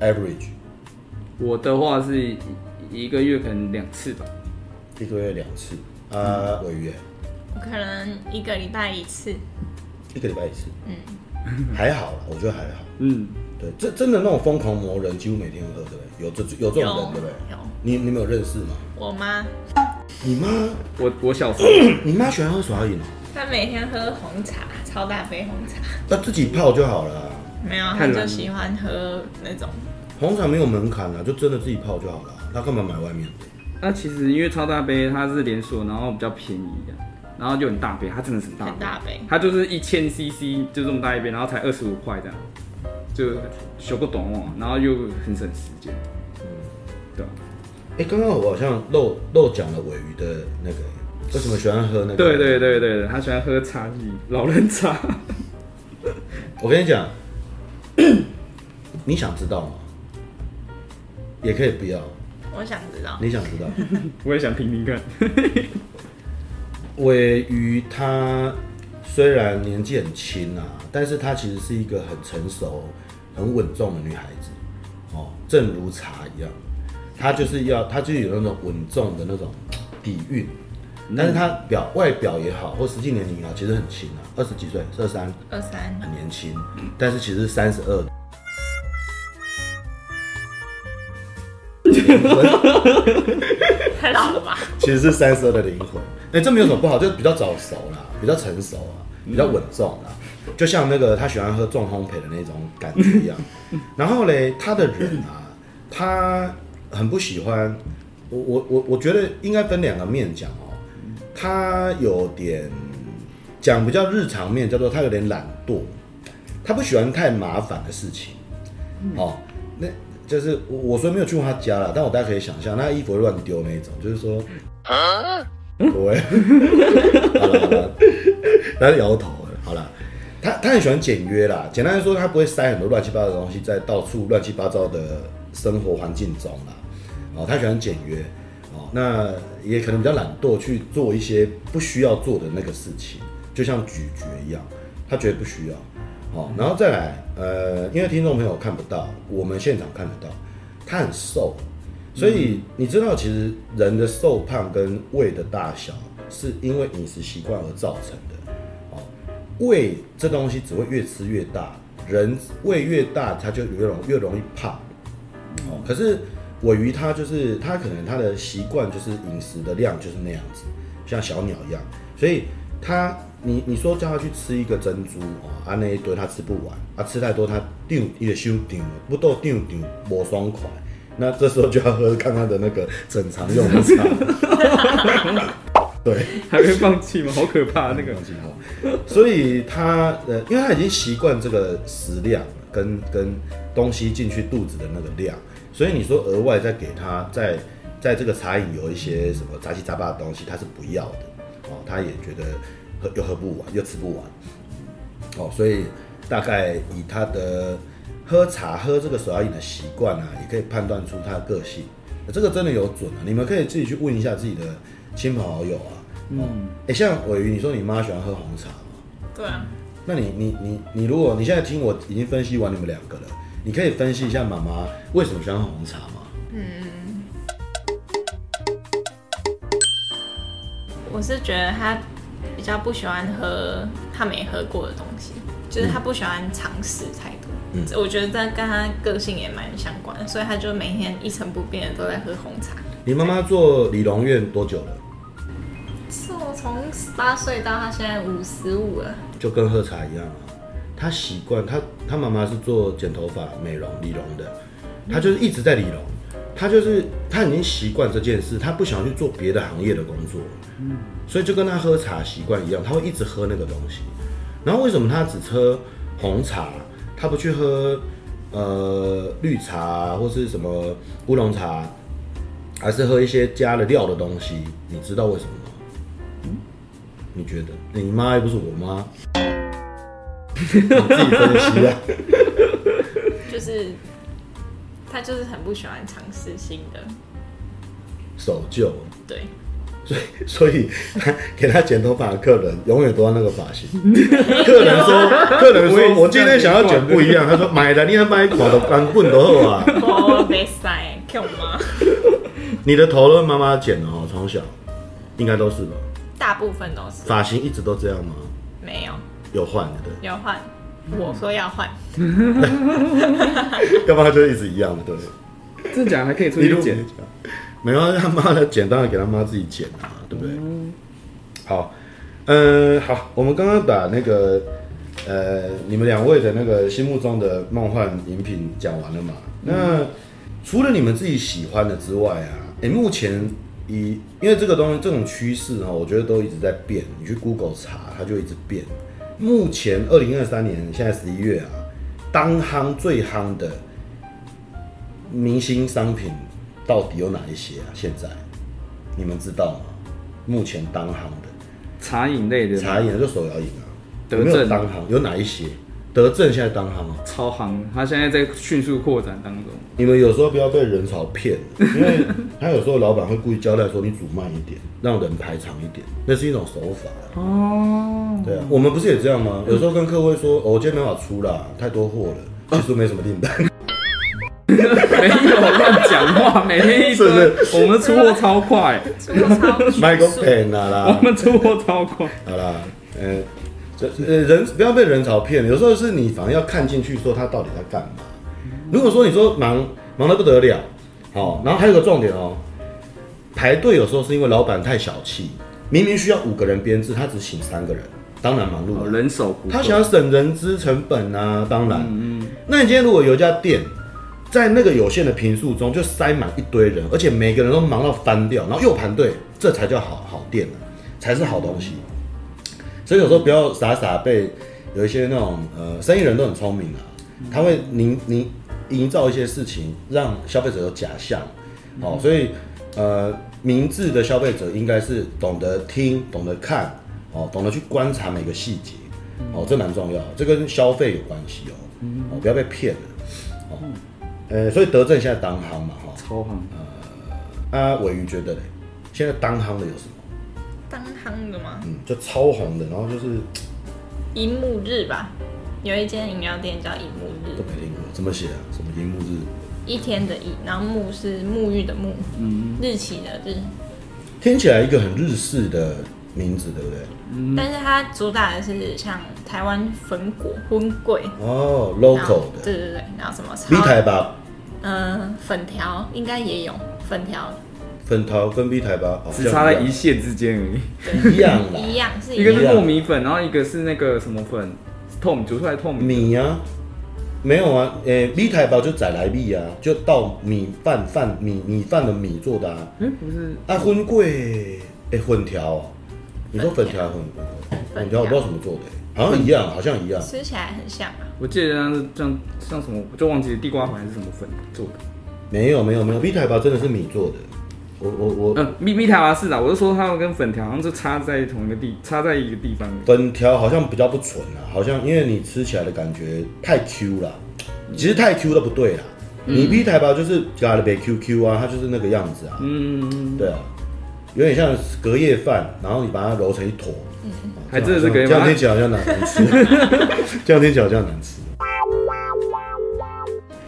Speaker 2: ，average
Speaker 3: 我的话是一一个月可能两次吧，
Speaker 2: 一个月两次啊，尾鱼耶
Speaker 4: 我可能一个礼拜一次，
Speaker 2: 一个礼拜一次，嗯，还好啦，我觉得还好。
Speaker 3: 嗯。
Speaker 2: 对，这真的那种疯狂魔人，几乎每天喝，对不对？有这有这种人，对不对？
Speaker 4: 有
Speaker 2: 你你们有认识吗？
Speaker 4: 我妈，
Speaker 2: 你妈，
Speaker 3: 我我小时候
Speaker 2: 你妈喜欢喝手摇饮哦，
Speaker 4: 她每天喝红茶，超大杯红茶，
Speaker 2: 那自己泡就好了啊。
Speaker 4: 没有，她
Speaker 3: 太懒
Speaker 4: 就
Speaker 3: 了
Speaker 4: 喜欢喝那种，
Speaker 2: 红茶没有门槛啊，就真的自己泡就好了啊。她干嘛买外面的？
Speaker 3: 那其实因为超大杯它是连锁，然后比较便宜的，然后就很大杯，它真的是很大杯，
Speaker 4: 很大杯
Speaker 3: 它就是一千 CC 就这么大一杯，然后才二十五块这样，就修个短哦，然后又很省时间，对吧
Speaker 2: 哎，刚刚我好像漏漏讲了尾鱼的那个，为什么喜欢喝那个？
Speaker 3: 对对对对对，他喜欢喝茶饮，老人茶， *laughs*
Speaker 2: 我跟你讲， *coughs* 你想知道吗？也可以不要，
Speaker 4: 我想知道，
Speaker 2: 你想知道。
Speaker 3: 我也想品品看。 *laughs*
Speaker 2: 尾鱼他虽然年纪很轻啊，但是她其实是一个很成熟、很稳重的女孩子，哦，正如茶一样，她就是要，她就有那种稳重的那种底蕴，但是她表外表也好，或实际年龄也好，其实很轻啊，二十几岁，二三，
Speaker 4: 二三，
Speaker 2: 很年轻，但是其实三十二。的灵魂，
Speaker 4: 太老了吧？
Speaker 2: 其实是三十二的灵魂。哎、这没有什么不好，就是比较早熟啦，比较成熟啊，比较稳重啦。就像那个他喜欢喝重烘焙的那种感觉一样。然后嘞，他的人啊，他很不喜欢。我我我我觉得应该分两个面讲哦。他有点讲比较日常面，叫做他有点懒惰，他不喜欢太麻烦的事情。哦，那就是我我虽然没有去过他家了，但我大家可以想象，那衣服会乱丢那一种，就是说，不会， *laughs* 好了好了，他在摇头了，好了。他他很喜欢简约啦，简单来说，他不会塞很多乱七八糟的东西在到处乱七八糟的生活环境中啦。哦，他喜欢简约，哦，那也可能比较懒惰去做一些不需要做的那个事情，就像咀嚼一样，他觉得不需要。哦，然后再来，呃，因为听众朋友看不到，我们现场看得到，他很瘦，所以你知道，其实人的瘦胖跟胃的大小是因为饮食习惯而造成的。哦，胃这东西只会越吃越大，人胃越大，它就越容越容易胖。哦，可是尾鱼它就是它可能它的习惯就是饮食的量就是那样子，像小鸟一样，所以它你你说叫它去吃一个珍珠哦，啊那一堆它吃不完，啊吃太多它丢一个修丢，不都丢丢磨爽快，那这时候就要喝看它的那个整肠用的茶，对。
Speaker 3: 还会放弃吗？好可怕，那个
Speaker 2: 忘记号，所以他呃，因为他已经习惯这个食量跟跟东西进去肚子的那个量，所以你说额外再给他在在这个茶饮有一些什么杂七杂八的东西，他是不要的哦，他也觉得喝又喝不完，又吃不完哦，所以大概以他的喝茶喝这个手摇饮的习惯啊，也可以判断出他的个性。这个真的有准啊！你们可以自己去问一下自己的亲朋好友啊。嗯，哎、像尾鱼，你说你妈喜欢喝红茶嘛？
Speaker 4: 对啊，
Speaker 2: 那你你你你，如果你现在听我已经分析完你们两个了，你可以分析一下妈妈为什么喜欢喝红茶吗？
Speaker 4: 我是觉得他比较不喜欢喝他没喝过的东西，就是他不喜欢尝试太多。
Speaker 2: 嗯
Speaker 4: 我觉得这跟他个性也蛮相关，所以他就每天一成不变的都在喝红茶。
Speaker 2: 你妈妈做理容院多久了？
Speaker 4: 是我从十八岁到他现在五十五了，
Speaker 2: 就跟喝茶一样啊，她习惯她她妈妈是做剪头发、美容、理容的，她就是一直在理容，她就是她已经习惯这件事，她不想去做别的行业的工作，所以就跟她喝茶习惯一样，她会一直喝那个东西。然后为什么她只喝红茶，她不去喝呃绿茶或是什么乌龙茶，而是喝一些加了料的东西？你知道为什么吗？你觉得？你妈又不是我妈，你自己分析啊。
Speaker 4: 就是他就是很不喜欢尝试新的，
Speaker 2: 守旧，
Speaker 4: 对，
Speaker 2: 所以所以他给他剪头发的客人永远都要那个发型。客人说，客人
Speaker 3: 我也是
Speaker 2: 说，我今天想要剪不一样。他说买了，你还买我的干棍的后啊，
Speaker 4: 我没塞，Q 吗？
Speaker 2: 你的头都是妈妈剪的哦，从小应该都是吧？
Speaker 4: 大部分都是
Speaker 2: 发型一直都这样吗？
Speaker 4: 没有，
Speaker 2: 有换的，对
Speaker 4: 要换，我说要
Speaker 2: *laughs*
Speaker 4: 换，
Speaker 2: 要不然就一直一样的，对。
Speaker 3: 真的假的还可以出
Speaker 2: 你
Speaker 3: 去
Speaker 2: 如
Speaker 3: 剪？
Speaker 2: 没有他妈的剪，当然给他妈自己剪啊，对不对？好，嗯、好，我们刚刚把那个呃，你们两位的那个心目中的梦幻饮品讲完了嘛？
Speaker 3: 嗯
Speaker 2: 那除了你们自己喜欢的之外啊，哎、目前以因为这个东西这种趋势哈，我觉得都一直在变。你去 Google 查，它就一直变。目前二零二三年现在十一月啊，当夯最夯的明星商品到底有哪一些啊？现在你们知道吗？目前当行的
Speaker 3: 茶饮类的
Speaker 2: 茶饮就手摇饮啊，
Speaker 3: 德
Speaker 2: 有没有
Speaker 3: 政
Speaker 2: 当行有哪一些？德政现在当行啊，
Speaker 3: 超行，它现在在迅速扩展当中。
Speaker 2: 你们有时候不要被人潮
Speaker 3: *laughs*
Speaker 2: 骗，因为他有时候老板会故意交代说你煮慢一点，让人排长一点，那是一种手法啊、
Speaker 3: 哦，
Speaker 2: 对啊，我们不是也这样吗？有时候跟客户会说，哦、我今天没法出啦，太多货了，其实没什么订
Speaker 3: *laughs*
Speaker 2: 单。
Speaker 3: 没有乱讲话，每天一堆，
Speaker 2: 是
Speaker 3: 我们出货超快，
Speaker 4: 出超
Speaker 2: Michael
Speaker 4: 速
Speaker 2: Payne 啊
Speaker 3: 我
Speaker 2: 啦，
Speaker 3: 们出货超快。
Speaker 2: 好啦，呃，这呃人不要被人潮骗，有时候是你反而要看进去，说他到底在干嘛。如果说你说忙忙得不得了，好、然后还有个重点哦，排队有时候是因为老板太小气，明明需要五个人编制，他只请三个人，当然忙碌
Speaker 3: 哦
Speaker 2: 了。
Speaker 3: 人手不够，
Speaker 2: 他想要省人资成本啊，当然。
Speaker 3: 嗯
Speaker 2: 那你今天如果有一家店，在那个有限的平数中就塞满一堆人，而且每个人都忙到翻掉，然后又排队，这才叫好好店呢、才是好东西。所以有时候不要傻傻被有一些那种呃生意人都很聪明啊，他会您您营造一些事情让消费者有假象，哦，所以呃明智的消费者应该是懂得听、懂得看、哦懂得去观察每个细节，哦这蛮重要，这跟消费有关系哦，哦不要被骗了，哦，呃所以德政现在当行嘛哈，
Speaker 3: 超行，
Speaker 2: 啊尾鱼觉得嘞，现在当行的有什么？
Speaker 4: 当夯的吗？
Speaker 2: 嗯，就超红的，然后就是
Speaker 4: 银幕日吧，有一间饮料店叫银幕
Speaker 2: 都
Speaker 4: 日，
Speaker 2: 没听过，怎么写啊？什么荧幕日？
Speaker 4: 一天的一，然后沐是沐浴的沐，
Speaker 3: 嗯，
Speaker 4: 日期的日，
Speaker 2: 听起来一个很日式的名字，对不对？
Speaker 3: 嗯
Speaker 4: 但是它主打的是像台湾粉果、荤桂
Speaker 2: 哦
Speaker 4: 然后
Speaker 2: ，local 的，
Speaker 4: 对对对，然后什么
Speaker 2: 米
Speaker 4: 超，
Speaker 2: 台吧，
Speaker 4: 嗯、粉条应该也有粉条，
Speaker 2: 粉桃跟米台吧，好像
Speaker 3: 只差在
Speaker 2: 一
Speaker 3: 一线之间而已。
Speaker 2: 一样啦，
Speaker 4: 一样是
Speaker 3: 一
Speaker 4: 一
Speaker 3: 个
Speaker 4: 样
Speaker 3: 是
Speaker 2: 一样
Speaker 3: 糯米粉，然后一个是那个什么粉，透明煮出来透明。
Speaker 2: 米啊，没有啊，诶、米台吧就宰来米啊，就倒米饭饭米米饭的米做的啊，
Speaker 3: 哎，不是，
Speaker 2: 啊荤桂诶、混条、哦，你说粉条混混条我不知道怎么做的、好像一样，好像一样，
Speaker 4: 吃起来很像啊，
Speaker 3: 我记得像是像像什么，我就忘记地瓜粉还是什么粉做的。
Speaker 2: 没有没有没有，米台吧真的是米做的，我我我。
Speaker 3: 嗯，蜜蜜塔瓦是啊，我就说它们跟粉条好像就插在同一个地，插在一个地方而已。
Speaker 2: 粉条好像比较不纯啊，好像因为你吃起来的感觉太 Q 了，其实太 Q 都不对啦。
Speaker 3: 嗯
Speaker 2: 你 B 台吧就是加了杯 QQ 啊，它就是那个样子啊，
Speaker 3: 嗯，
Speaker 2: 对啊，有点像隔夜饭，然后你把它揉成一坨，
Speaker 3: 嗯
Speaker 2: 啊
Speaker 3: 还真的是隔夜
Speaker 2: 这
Speaker 3: 饭
Speaker 2: 样听起来好像难吃，
Speaker 3: *laughs*
Speaker 2: 这样听起来好像难吃。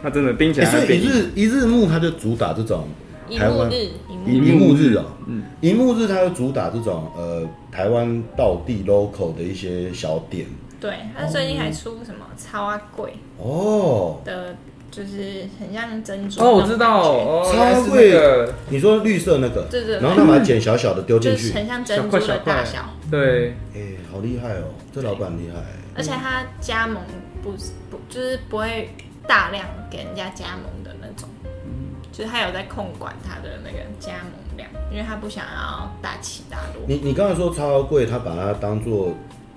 Speaker 3: 它真的冰起
Speaker 2: 欸
Speaker 3: 来
Speaker 2: 所以
Speaker 3: 会啊变
Speaker 2: 一
Speaker 3: 硬。
Speaker 2: 日一日木它就主打这种
Speaker 4: 银
Speaker 2: 台
Speaker 4: 幕
Speaker 2: 湾
Speaker 4: 日，银幕
Speaker 2: 一
Speaker 4: 日
Speaker 2: 一幕日哦，
Speaker 3: 嗯
Speaker 2: 一幕日它会主打这种呃台湾道地 local 的一些小点
Speaker 4: 对，它最近还出什么超阿贵
Speaker 2: 哦。
Speaker 4: 的，就是很像珍珠
Speaker 3: 哦，我
Speaker 4: 那种
Speaker 3: 知道，
Speaker 4: 感觉
Speaker 3: 哦，
Speaker 2: 超
Speaker 3: 原来是
Speaker 2: 贵
Speaker 3: 那个，
Speaker 2: 你说绿色那个，
Speaker 4: 对对对
Speaker 2: 然后他把它剪小小的丢进
Speaker 4: 就
Speaker 2: 去
Speaker 4: 是，很像
Speaker 3: 小
Speaker 4: 珍珠
Speaker 3: 块
Speaker 4: 的
Speaker 3: 小
Speaker 4: 大
Speaker 3: 块
Speaker 4: 小，，
Speaker 3: 对，
Speaker 2: 哎、好厉害哦，这老板厉害。
Speaker 4: 而且它加盟不是不就是不会大量给人家加盟的那种，就是他有在控管他的那个加盟量，因为他不想要大起大落。
Speaker 2: 你你刚才说超贵，他把它当做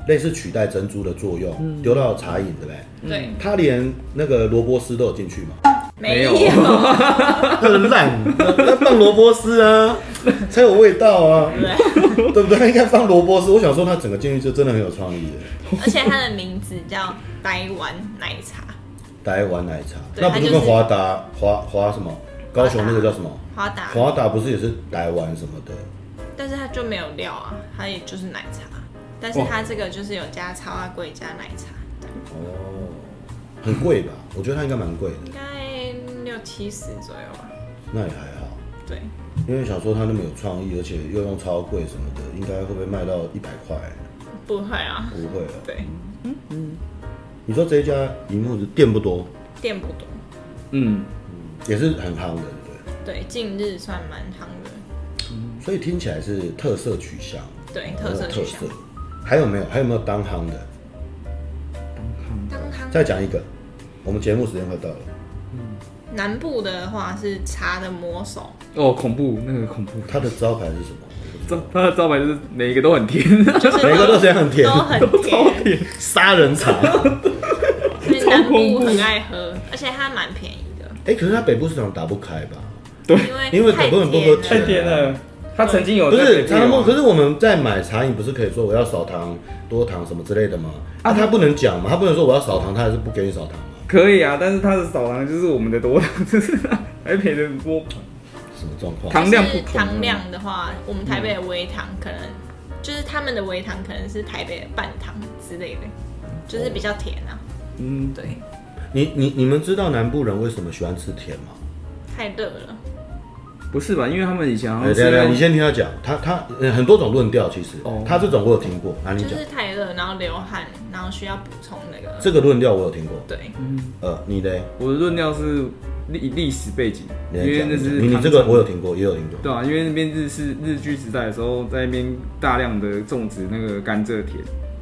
Speaker 2: 类似取代珍珠的作
Speaker 4: 嗯
Speaker 2: 用，丢、到茶饮对不对？
Speaker 3: 嗯
Speaker 4: 对，
Speaker 2: 他连那个萝卜丝都有进去嘛？
Speaker 4: *laughs* 没
Speaker 3: 没有
Speaker 2: 很烂，要放萝卜丝
Speaker 4: *laughs*
Speaker 2: 啊，才有味道啊，对不对？应该放萝卜丝。我想说，他整个进去就真的很有创意的。
Speaker 4: 而且它的名字叫台湾奶茶，
Speaker 2: 台湾奶茶，
Speaker 4: 对
Speaker 2: 那不就
Speaker 4: 它
Speaker 2: 跟
Speaker 4: 就是
Speaker 2: 华达华华什么高雄那个叫什么
Speaker 4: 花
Speaker 3: *laughs*
Speaker 4: 达，
Speaker 2: 华达不是也是台湾什么的？
Speaker 4: 但是它就没有料啊，它也就是奶茶，但是它这个就是有加超阿贵加奶茶，
Speaker 2: 哦，很贵吧？我觉得它应该蛮贵的，
Speaker 4: 应该六七十左右吧。
Speaker 2: 那也还好，
Speaker 4: 对，
Speaker 2: 因为想说它那么有创意，而且又用超贵什么的，应该会不会卖到一百块？
Speaker 4: 不会啊，
Speaker 2: 不会哦。
Speaker 4: 对，
Speaker 2: 你说这一家银幕是店不多，
Speaker 4: 店不多，
Speaker 3: 嗯，
Speaker 2: 也是很夯的，对不
Speaker 4: 对，近日算蛮夯的。
Speaker 2: 对？所以听起来是特色取向，
Speaker 4: 对，特色
Speaker 2: 哦
Speaker 4: 取
Speaker 2: 特
Speaker 4: 向
Speaker 2: 色。。还有没有？还有没有当夯的？
Speaker 4: 当汤
Speaker 2: 再讲一个，我们节目时间快到了。
Speaker 4: 南部的话是茶的魔手，
Speaker 3: 哦，恐怖，那个恐怖，
Speaker 2: 它的招牌是什么？
Speaker 3: 招它的招牌就是每一个都很甜， *laughs*
Speaker 4: 就是
Speaker 2: *laughs* 每个都这样很甜
Speaker 4: 都很
Speaker 3: 超
Speaker 4: 甜，
Speaker 3: 甜，
Speaker 2: 杀人茶。
Speaker 4: 所以南部很爱喝，而且它蛮便宜的，
Speaker 2: *laughs* 哎、可是它北部市场打不开吧？
Speaker 4: 因
Speaker 2: 因
Speaker 4: 为
Speaker 2: 为
Speaker 4: 太
Speaker 2: 很多人不喝
Speaker 4: 甜
Speaker 2: 甜
Speaker 4: 了。
Speaker 3: 了。它曾经有
Speaker 2: 不
Speaker 3: 在北
Speaker 2: 是
Speaker 3: 部
Speaker 2: 茶汤
Speaker 3: 有
Speaker 2: 包，可是我们在买茶饮不是可以说我要少糖多糖什么之类的吗？啊，他不能讲嘛，他不能说我要少糖，他还是不给你少糖嘛？
Speaker 3: 可以啊，但是它的少糖就是我们的多糖， *laughs* 就是还赔的多。
Speaker 2: 什么状况？
Speaker 3: 糖量不
Speaker 4: 就是
Speaker 3: 同
Speaker 4: 糖量的话，我们台北的微糖可能就是他们的微糖可能是台北的半糖之类的，就是比较甜啊。
Speaker 3: 嗯，
Speaker 4: 对，
Speaker 2: 你你你们知道南部人为什么喜欢吃甜吗？
Speaker 4: 太热了，
Speaker 3: 不是吧？因为他们以前好
Speaker 2: 哎，等
Speaker 3: 像
Speaker 2: 一
Speaker 3: 是
Speaker 2: 下
Speaker 3: 用
Speaker 2: 你先听他讲，他他呃很多种论调，其实
Speaker 3: 哦
Speaker 2: 他这种我有听过，那你
Speaker 4: 就
Speaker 2: 讲
Speaker 4: 是太热，然后流汗，然后需要补充那个。
Speaker 2: 这个论调我有听过，
Speaker 4: 对，
Speaker 2: 呃，你嘞，
Speaker 3: 我的论调是历历史背景，
Speaker 2: 你
Speaker 3: 因
Speaker 2: 来
Speaker 3: 为
Speaker 2: 讲
Speaker 3: 那
Speaker 2: 你
Speaker 3: 是
Speaker 2: 讲你你
Speaker 3: 唐
Speaker 2: 这个
Speaker 3: 朝
Speaker 2: 我有听过，也有听过，
Speaker 3: 对啊，因为那边日式日据时代的时候，在那边大量的种植那个甘蔗田，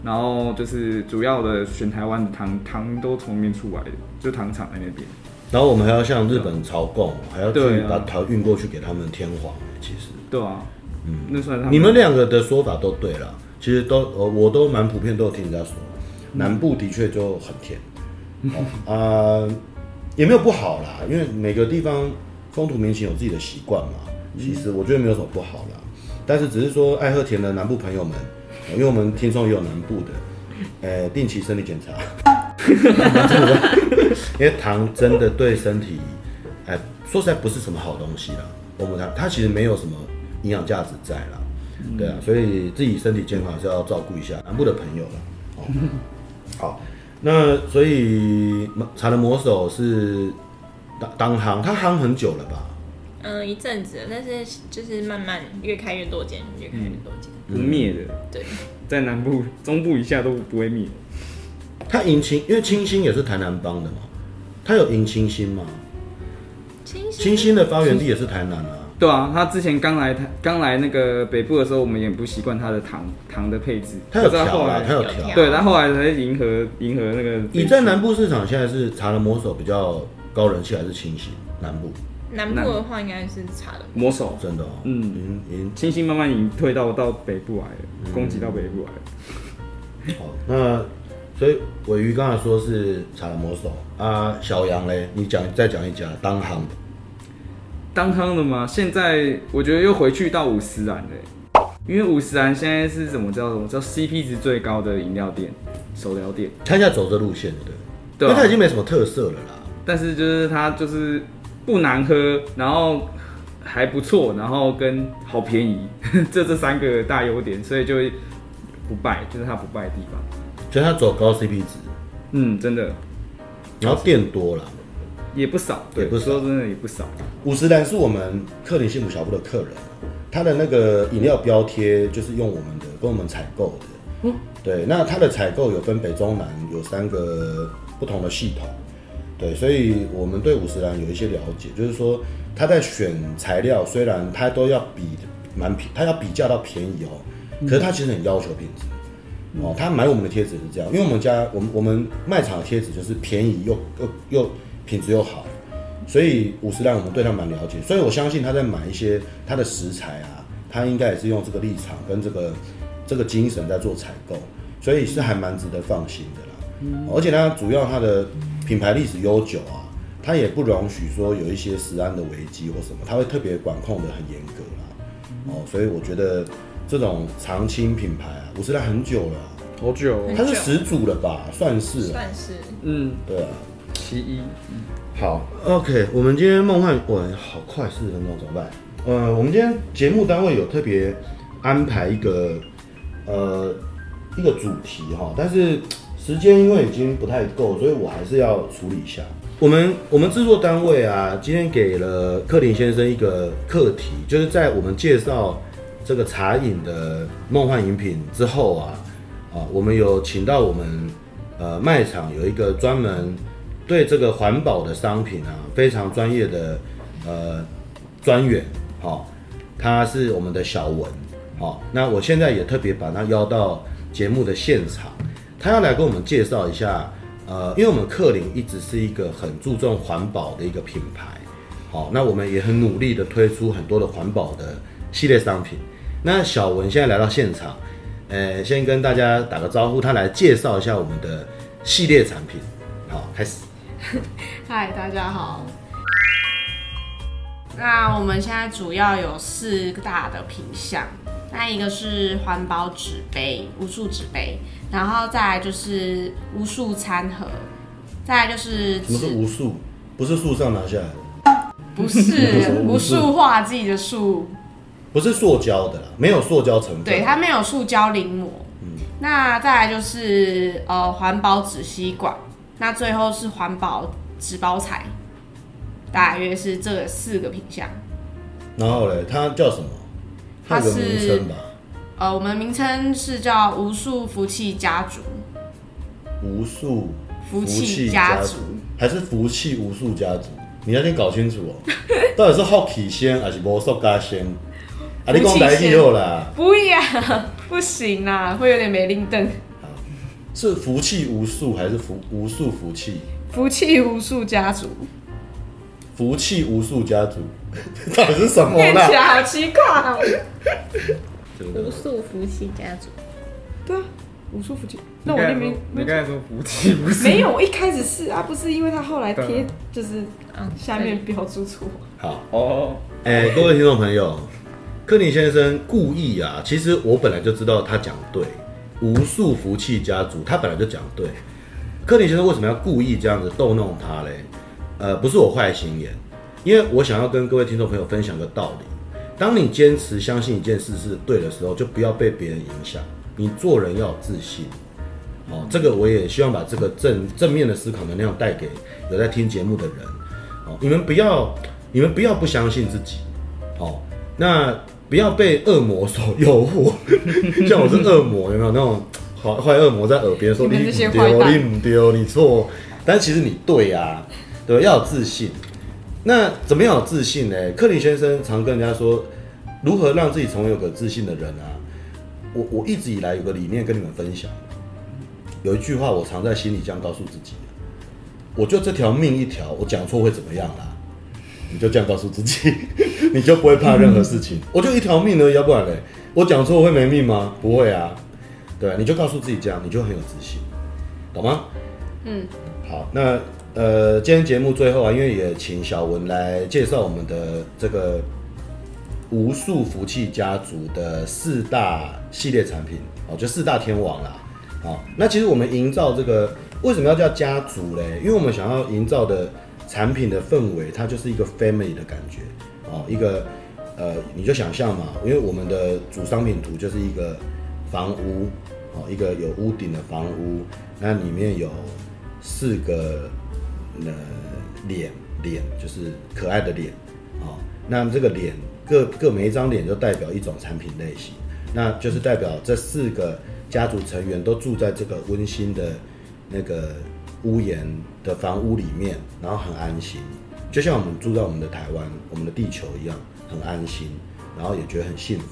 Speaker 3: 然后就是主要的选台湾的糖糖都从那边出来的，就糖厂在那边。
Speaker 2: 然后我们还要向日本朝贡，还要去
Speaker 3: 对啊
Speaker 2: 把糖运过去给他们天皇。其实
Speaker 3: 对啊，嗯，那算是他
Speaker 2: 你们两个的说法都对了，其实都呃我都蛮普遍都有听人家说，南部的确就很甜，哦啊也没有不好啦，因为每个地方风土民情有自己的习惯嘛，其实我觉得没有什么不好啦，但是只是说爱喝甜的南部朋友们，呃因为我们听众也有南部的。呃，定期身体检查，因为糖真的对身体，哎，说实在不是什么好东西啦。我们它它其实没有什么营养价值在啦，对啊，所以自己身体健康还是要照顾一下南部的朋友啦。哦，好，那所以茶的魔手是当当行，他行很久了吧？
Speaker 4: 嗯、一阵子了，但是就是慢慢越开越多间，越开越多间。
Speaker 3: 不灭的，
Speaker 2: 嗯
Speaker 4: 对，
Speaker 3: 在南部、 *laughs* 中部以下都不会灭。
Speaker 2: 他迎清，因为清新也是台南帮的嘛，他有迎清新吗？
Speaker 4: 清新
Speaker 2: 清新的发源地也是台南啊。
Speaker 3: 对啊，他之前刚来台刚来那个北部的时候，我们也不习惯他的糖糖的配置，
Speaker 2: 他有
Speaker 3: 可是
Speaker 2: 调
Speaker 3: 后
Speaker 2: 啦，
Speaker 3: 来
Speaker 2: 他有
Speaker 4: 有
Speaker 2: 调啊
Speaker 4: 调。
Speaker 3: 对，他后来才迎合迎合那个。
Speaker 2: 你在南部市场现在是茶的魔手比较高人气，还是清新？南部
Speaker 4: 南部的话应该是茶的，
Speaker 3: 魔手，
Speaker 2: 真的哦，已
Speaker 3: 嗯
Speaker 2: 经已经
Speaker 3: 清新慢慢隐退到到北部来
Speaker 2: 嗯
Speaker 3: 了，攻击到北部来了。
Speaker 2: 好，那所以尾鱼刚才说是茶的魔手啊，小杨嘞，你讲再讲一讲当行的
Speaker 3: 当汤的吗？现在我觉得又回去到五十岚了欸，因为五十岚现在是怎么叫什么叫 CP 值最高的饮料店、手疗店，
Speaker 2: 他现在走这路线的，对
Speaker 3: 对
Speaker 2: 不对，因为
Speaker 3: 啊
Speaker 2: 他已经没什么特色了啦。
Speaker 3: 但是就是它就是不难喝，然后还不错，然后跟好便宜， *laughs* 这这三个大优点，所以就不败，就是它不败的地方。
Speaker 2: 所以他走高 CP 值，
Speaker 3: 嗯，真的
Speaker 2: 然后店多啦。
Speaker 3: 也不少，
Speaker 2: 也
Speaker 3: 对，
Speaker 2: 不少
Speaker 3: 说真的也不少。
Speaker 2: 五十岚是我们克林幸福小铺的客人，他的那个饮料标贴就是用我们的跟我们采购的。对，那它的采购有分北中南，有三个不同的系统。对，所以我们对五十岚有一些了解，就是说他在选材料，虽然他都要比蛮便，他要比较到便宜哦，可是他其实很要求品质。哦，他买我们的贴纸是这样，因为我们家我们我们卖场的贴纸就是便宜又又又品质又好，所以五十岚我们对他蛮了解，所以我相信他在买一些他的食材啊，他应该也是用这个立场跟这个这个精神在做采购，所以是还蛮值得放心的啦。而且它主要它的品牌历史悠久啊，它也不容许说有一些食安的危机或什么，它会特别管控的很严格啦。哦，所以我觉得这种长青品牌啊，五十岚很久了啊、
Speaker 3: 好久、哦
Speaker 2: 它是始祖了吧，算是啊，
Speaker 4: 算是
Speaker 3: 嗯，
Speaker 2: 对啊。
Speaker 3: 其一，
Speaker 2: 好，OK，我们今天梦幻，哇，好快，四十分钟怎么办？呃，我们今天节目单位有特别安排一个呃一个主题哈，但是时间因为已经不太够，所以我还是要处理一下。我们我们制作单位啊，今天给了克林先生一个课题，就是在我们介绍这个茶饮的梦幻饮品之后啊，啊，我们有请到我们呃卖场有一个专门对这个环保的商品啊非常专业的呃专员，好、他是我们的小文，好、那我现在也特别把他邀到节目的现场，他要来跟我们介绍一下，呃，因为我们克林一直是一个很注重环保的一个品牌，好、那我们也很努力的推出很多的环保的系列商品。那小文现在来到现场，呃，先跟大家打个招呼，他来介绍一下我们的系列产品，好，开始。
Speaker 5: 嗨，大家好。那我们现在主要有四大的品项，那一个是环保纸杯、无数纸杯，然后再来就是无数餐盒，再来就是
Speaker 2: 什么是
Speaker 5: 纸，
Speaker 2: 无数？不是树上拿下来的，
Speaker 5: 不
Speaker 2: 什
Speaker 5: 是
Speaker 2: 么无
Speaker 5: 无
Speaker 2: 数
Speaker 5: 数画剂
Speaker 2: *laughs*
Speaker 5: 的数，
Speaker 2: 不是塑胶的啦，没有塑胶成分。
Speaker 5: 对，它没有塑胶临摹。那再来就是呃环保纸吸管，那最后是环保纸包材，大约是这四个品项。
Speaker 2: 然后嘞，它叫什么？它有个
Speaker 5: 它是
Speaker 2: 名称吧？
Speaker 5: 呃，我们名称是叫无数福气家族，
Speaker 2: 无数
Speaker 5: 福气家族
Speaker 2: 还是福气无数家族？你要先搞清楚哦，到底是好奇先还是无数家先？啊，你
Speaker 5: 福
Speaker 2: 讲
Speaker 5: 气
Speaker 2: 台语
Speaker 5: 先
Speaker 2: 好啦，
Speaker 5: 不呀， *laughs* 不行啦，会有点没灵灯。
Speaker 2: 是福气无数还是福无数福气？
Speaker 5: 福气无数家族，
Speaker 2: 福气无数家族， *laughs* 到底是什么
Speaker 5: 念起
Speaker 2: 啦？
Speaker 5: 来好奇怪哦。
Speaker 2: 真的
Speaker 4: 无数福气家族，
Speaker 5: 对啊，无数福气。那我一定没
Speaker 3: 你刚才说福气不是？哦
Speaker 5: 没有，我一开始是啊，不是因为他后来
Speaker 3: 对
Speaker 5: 贴
Speaker 3: 啊
Speaker 5: 就是
Speaker 4: 嗯，
Speaker 5: 下面标注错。
Speaker 2: 好，
Speaker 3: 哦，
Speaker 2: 哎、各位听众朋友，克林先生故意啊，其实我本来就知道他讲对，无数福气家族，他本来就讲对。克林先生为什么要故意这样子逗弄他嘞？呃，不是我坏心眼，因为我想要跟各位听众朋友分享个道理：当你坚持相信一件事是对的时候，就不要被别人影响，你做人要有自信。哦，这个我也希望把这个正正面的思考能量带给有在听节目的人。哦，你们不要，你们不要不相信自己。哦，那不要被恶魔所诱惑。
Speaker 5: *laughs*
Speaker 2: 像我是恶魔，有没有那种坏坏恶魔在耳边说
Speaker 5: 你
Speaker 2: 你
Speaker 5: 们这些
Speaker 2: 不
Speaker 5: 坏
Speaker 2: 丢，
Speaker 5: 蛋
Speaker 2: 你不丢，你错。但其实你对啊，对，要有自信。那怎么样有自信呢？克林先生常跟人家说，如何让自己成为有个自信的人啊？我我一直以来有个理念跟你们分享，有一句话我常在心里这样告诉自己，我就这条命一条，我讲错会怎么样啦？你就这样告诉自己， *laughs* 你就不会怕任何事情。我就一条命而已，要不然嘞，我讲错会没命吗？不会啊，对啊，你就告诉自己这样，你就很有自信，懂吗？嗯，好，那呃，今天节目最后啊，因为也请小文来介绍我们的这个无数福气家族的四大系列产品哦，就四大天王啦。好，那其实我们营造这个为什么要叫家族嘞？因为我们想要营造的产品的氛围，它就是一个 family 的感觉哦，一个呃，你就想象嘛，因为我们的主商品图就是一个房屋哦，一个有屋顶的房屋，那里面有四个呃脸脸，就是可爱的脸哦。那这个脸各各每一张脸就代表一种产品类型，那就是代表这四个家族成员都住在这个温馨的那个屋檐的房屋里面，然后很安心，就像我们住在我们的台湾、我们的地球一样，很安心，然后也觉得很幸福。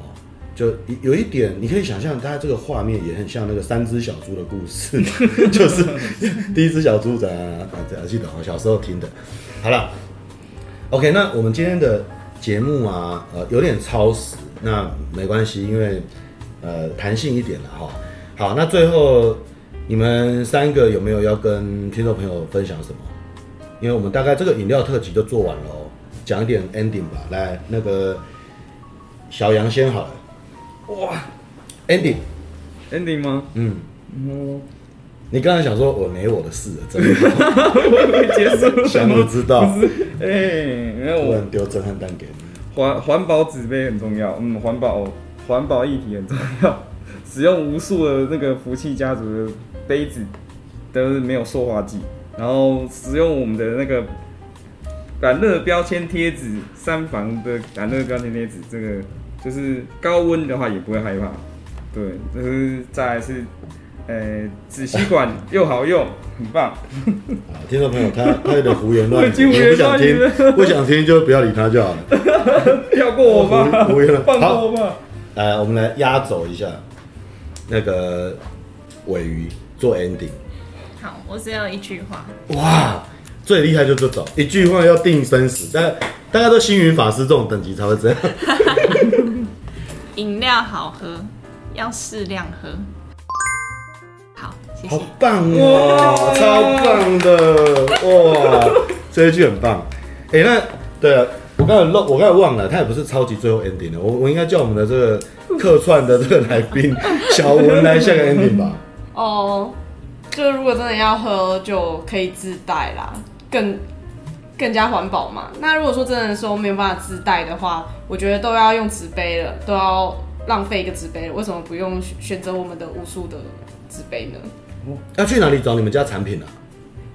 Speaker 2: 哦，就有有一点，你可以想象，它这个画面也很像那个三只小猪的故事， *laughs* 就是 *laughs* 第一只小猪怎样啊，这样记得我小时候听的。好了，OK，那我们今天的节目啊，呃，有点超时，那没关系，因为呃弹性一点了哈。好，那最后你们三个有没有要跟听众朋友分享什么？因为我们大概这个饮料特辑就做完了哦，讲一点 ending 吧。来，那个小杨先好了
Speaker 3: 哇
Speaker 2: ，ending。*laughs*
Speaker 3: ，ending 吗？
Speaker 2: 嗯，
Speaker 3: 嗯，
Speaker 2: 你刚才想说我没我的事了，真的
Speaker 3: 会结束？
Speaker 2: 想不知道，
Speaker 3: *laughs* 哎，没有
Speaker 2: 突
Speaker 3: 我
Speaker 2: 然丢震撼弹给你。
Speaker 3: 环环保纸杯很重要，嗯，环保环保议题很重要， *laughs* 使用无数的那个福气家族的杯子都是没有塑化剂，然后使用我们的那个感热标签贴纸，三防的感热标签贴纸，这个就是高温的话也不会害怕，对，就是再来是，呃，纸吸管又好用，很棒， *laughs*
Speaker 2: 啊，听众朋友，他他有点胡言乱
Speaker 3: 我已经
Speaker 2: 语，
Speaker 3: 胡
Speaker 2: 也不
Speaker 3: 言
Speaker 2: 想
Speaker 3: 乱语
Speaker 2: 听
Speaker 3: 了，
Speaker 2: 不想听就不要理他就好了。
Speaker 3: 跳过我吧
Speaker 2: 我我也，
Speaker 3: 放
Speaker 2: 好
Speaker 3: 过我吧，
Speaker 2: 来，我们来压轴一下那个尾鱼做 ending。
Speaker 4: 好，我只有一句话，
Speaker 2: 哇，最厉害就这种一句话要定生死，但大家都星云法师这种等级才会这样。
Speaker 4: 饮料好喝，要适量喝。好，谢
Speaker 2: 好
Speaker 4: 谢。
Speaker 2: 棒哦，超棒的哇！这一句很棒。哎、那对了，我刚才漏，我刚才忘了，他也不是超级最后 ending 的，我我应该叫我们的这个客串的这个来
Speaker 5: *laughs*
Speaker 2: 宾小文来下个 ending 吧。
Speaker 5: 哦，就如果真的要喝，就可以自带啦，更更加环保嘛。那如果说真的说没有办法自带的话，我觉得都要用纸杯了，都要浪费一个纸杯了，为什么不用选选择我们的无数的纸杯呢？
Speaker 2: 要去哪里找你们家产品啊？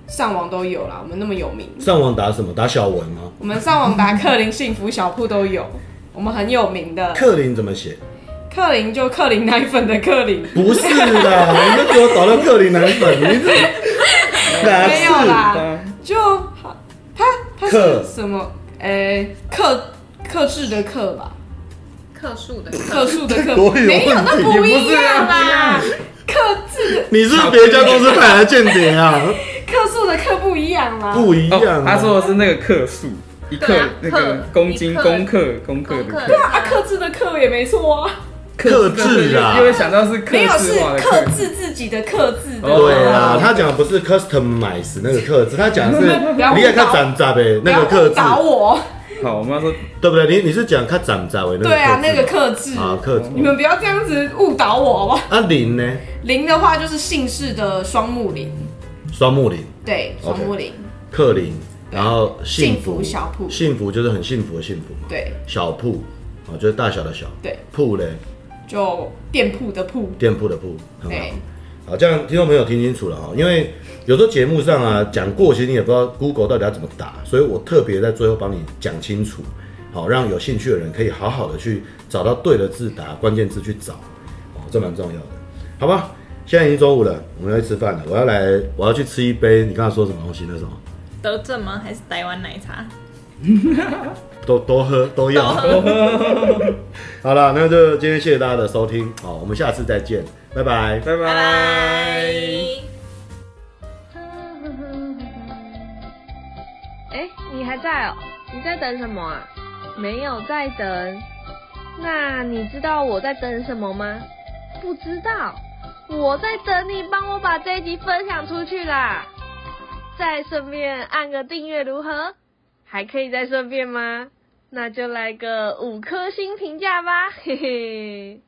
Speaker 5: 上网都有啦，我们那么有名，
Speaker 2: 上网打什么？打小文吗？
Speaker 5: 我们上网打克林幸福小铺都有，我们很有名的。
Speaker 2: 克林怎么写？
Speaker 5: 克林就克林奶粉的克林，
Speaker 2: 不是啦，
Speaker 5: *laughs*
Speaker 2: 你就给我找到克林奶粉，你这哪
Speaker 5: 没有啦
Speaker 2: 是？
Speaker 3: 啊
Speaker 5: 就好，他他
Speaker 2: 克
Speaker 5: 是什么？呃，克克制的克吧，
Speaker 4: 克数的
Speaker 5: 克
Speaker 4: 克，
Speaker 5: 数的克，
Speaker 2: 国语有
Speaker 5: 没有，那
Speaker 2: 问题
Speaker 5: 不
Speaker 2: 也不
Speaker 5: 一
Speaker 2: 是
Speaker 5: 样啦
Speaker 3: 不。
Speaker 5: 克制的
Speaker 2: 你是不是别家公司派来的间谍啊？
Speaker 5: 克数的克不一样啊啦。
Speaker 2: 不一样、啊
Speaker 3: 哦，他说的是那个克数，一克
Speaker 4: 对啊
Speaker 3: 那个
Speaker 4: 克
Speaker 3: 公斤
Speaker 4: 一克
Speaker 3: 公克公克的
Speaker 4: 功
Speaker 3: 克，
Speaker 5: 啊，克制的克也没错啊，
Speaker 2: 克制啊
Speaker 3: 因为想到是克
Speaker 5: 没有
Speaker 3: 制
Speaker 5: 是
Speaker 3: 化的哦
Speaker 5: 克
Speaker 3: 克，
Speaker 5: 制自己的克制的。
Speaker 2: 对
Speaker 3: 啊
Speaker 5: 哦
Speaker 2: 啦，他讲的不是 customize 那个克制，他讲的是
Speaker 5: 不要误导
Speaker 2: 你也看展杂呗，那个克制，
Speaker 5: 不要误导我。
Speaker 3: 好，我们要说
Speaker 2: 对不对？你你是讲看展杂为那个克制
Speaker 5: 对啊，那个克制。
Speaker 2: 啊克制
Speaker 5: 你，们不要这样子误导我好不好？
Speaker 2: 啊林呢？
Speaker 5: 林的话就是姓氏的双木林，
Speaker 2: 双木林、
Speaker 5: 对，双木林
Speaker 2: 克林，然后幸
Speaker 5: 幸福小铺
Speaker 2: 幸福就是很幸福的幸福嘛，
Speaker 5: 对
Speaker 2: 小铺啊就是大小的小，
Speaker 5: 对，
Speaker 2: 铺嘞
Speaker 5: 就店铺的铺，
Speaker 2: 店铺的铺，很好
Speaker 5: 对。，
Speaker 2: 好，这样听众朋友听清楚了哈，因为有时候节目上啊讲过，其实你也不知道 Google 到底要怎么打，所以我特别在最后帮你讲清楚，好，让有兴趣的人可以好好的去找到对的字打关键字去找，哦，这蛮重要的，好吧？现在已经中午了，我们要去吃饭了，我要来，我要去吃一杯，你刚才说什么东西？那什么？
Speaker 4: 德政吗？还是台湾奶茶？
Speaker 2: 都都喝都要。好了，那就今天谢谢大家的收听，好，我们下次再见，拜拜。
Speaker 3: 拜
Speaker 4: 拜
Speaker 3: 拜。
Speaker 4: 拜。
Speaker 6: 哎，你还在哦？你在等什么啊？没有在等。那你知道我在等什么吗？不知道。我在等你帮我把这一集分享出去啦。再顺便按个订阅如何？还可以再顺便吗？那就来个五颗星评价吧，嘿嘿。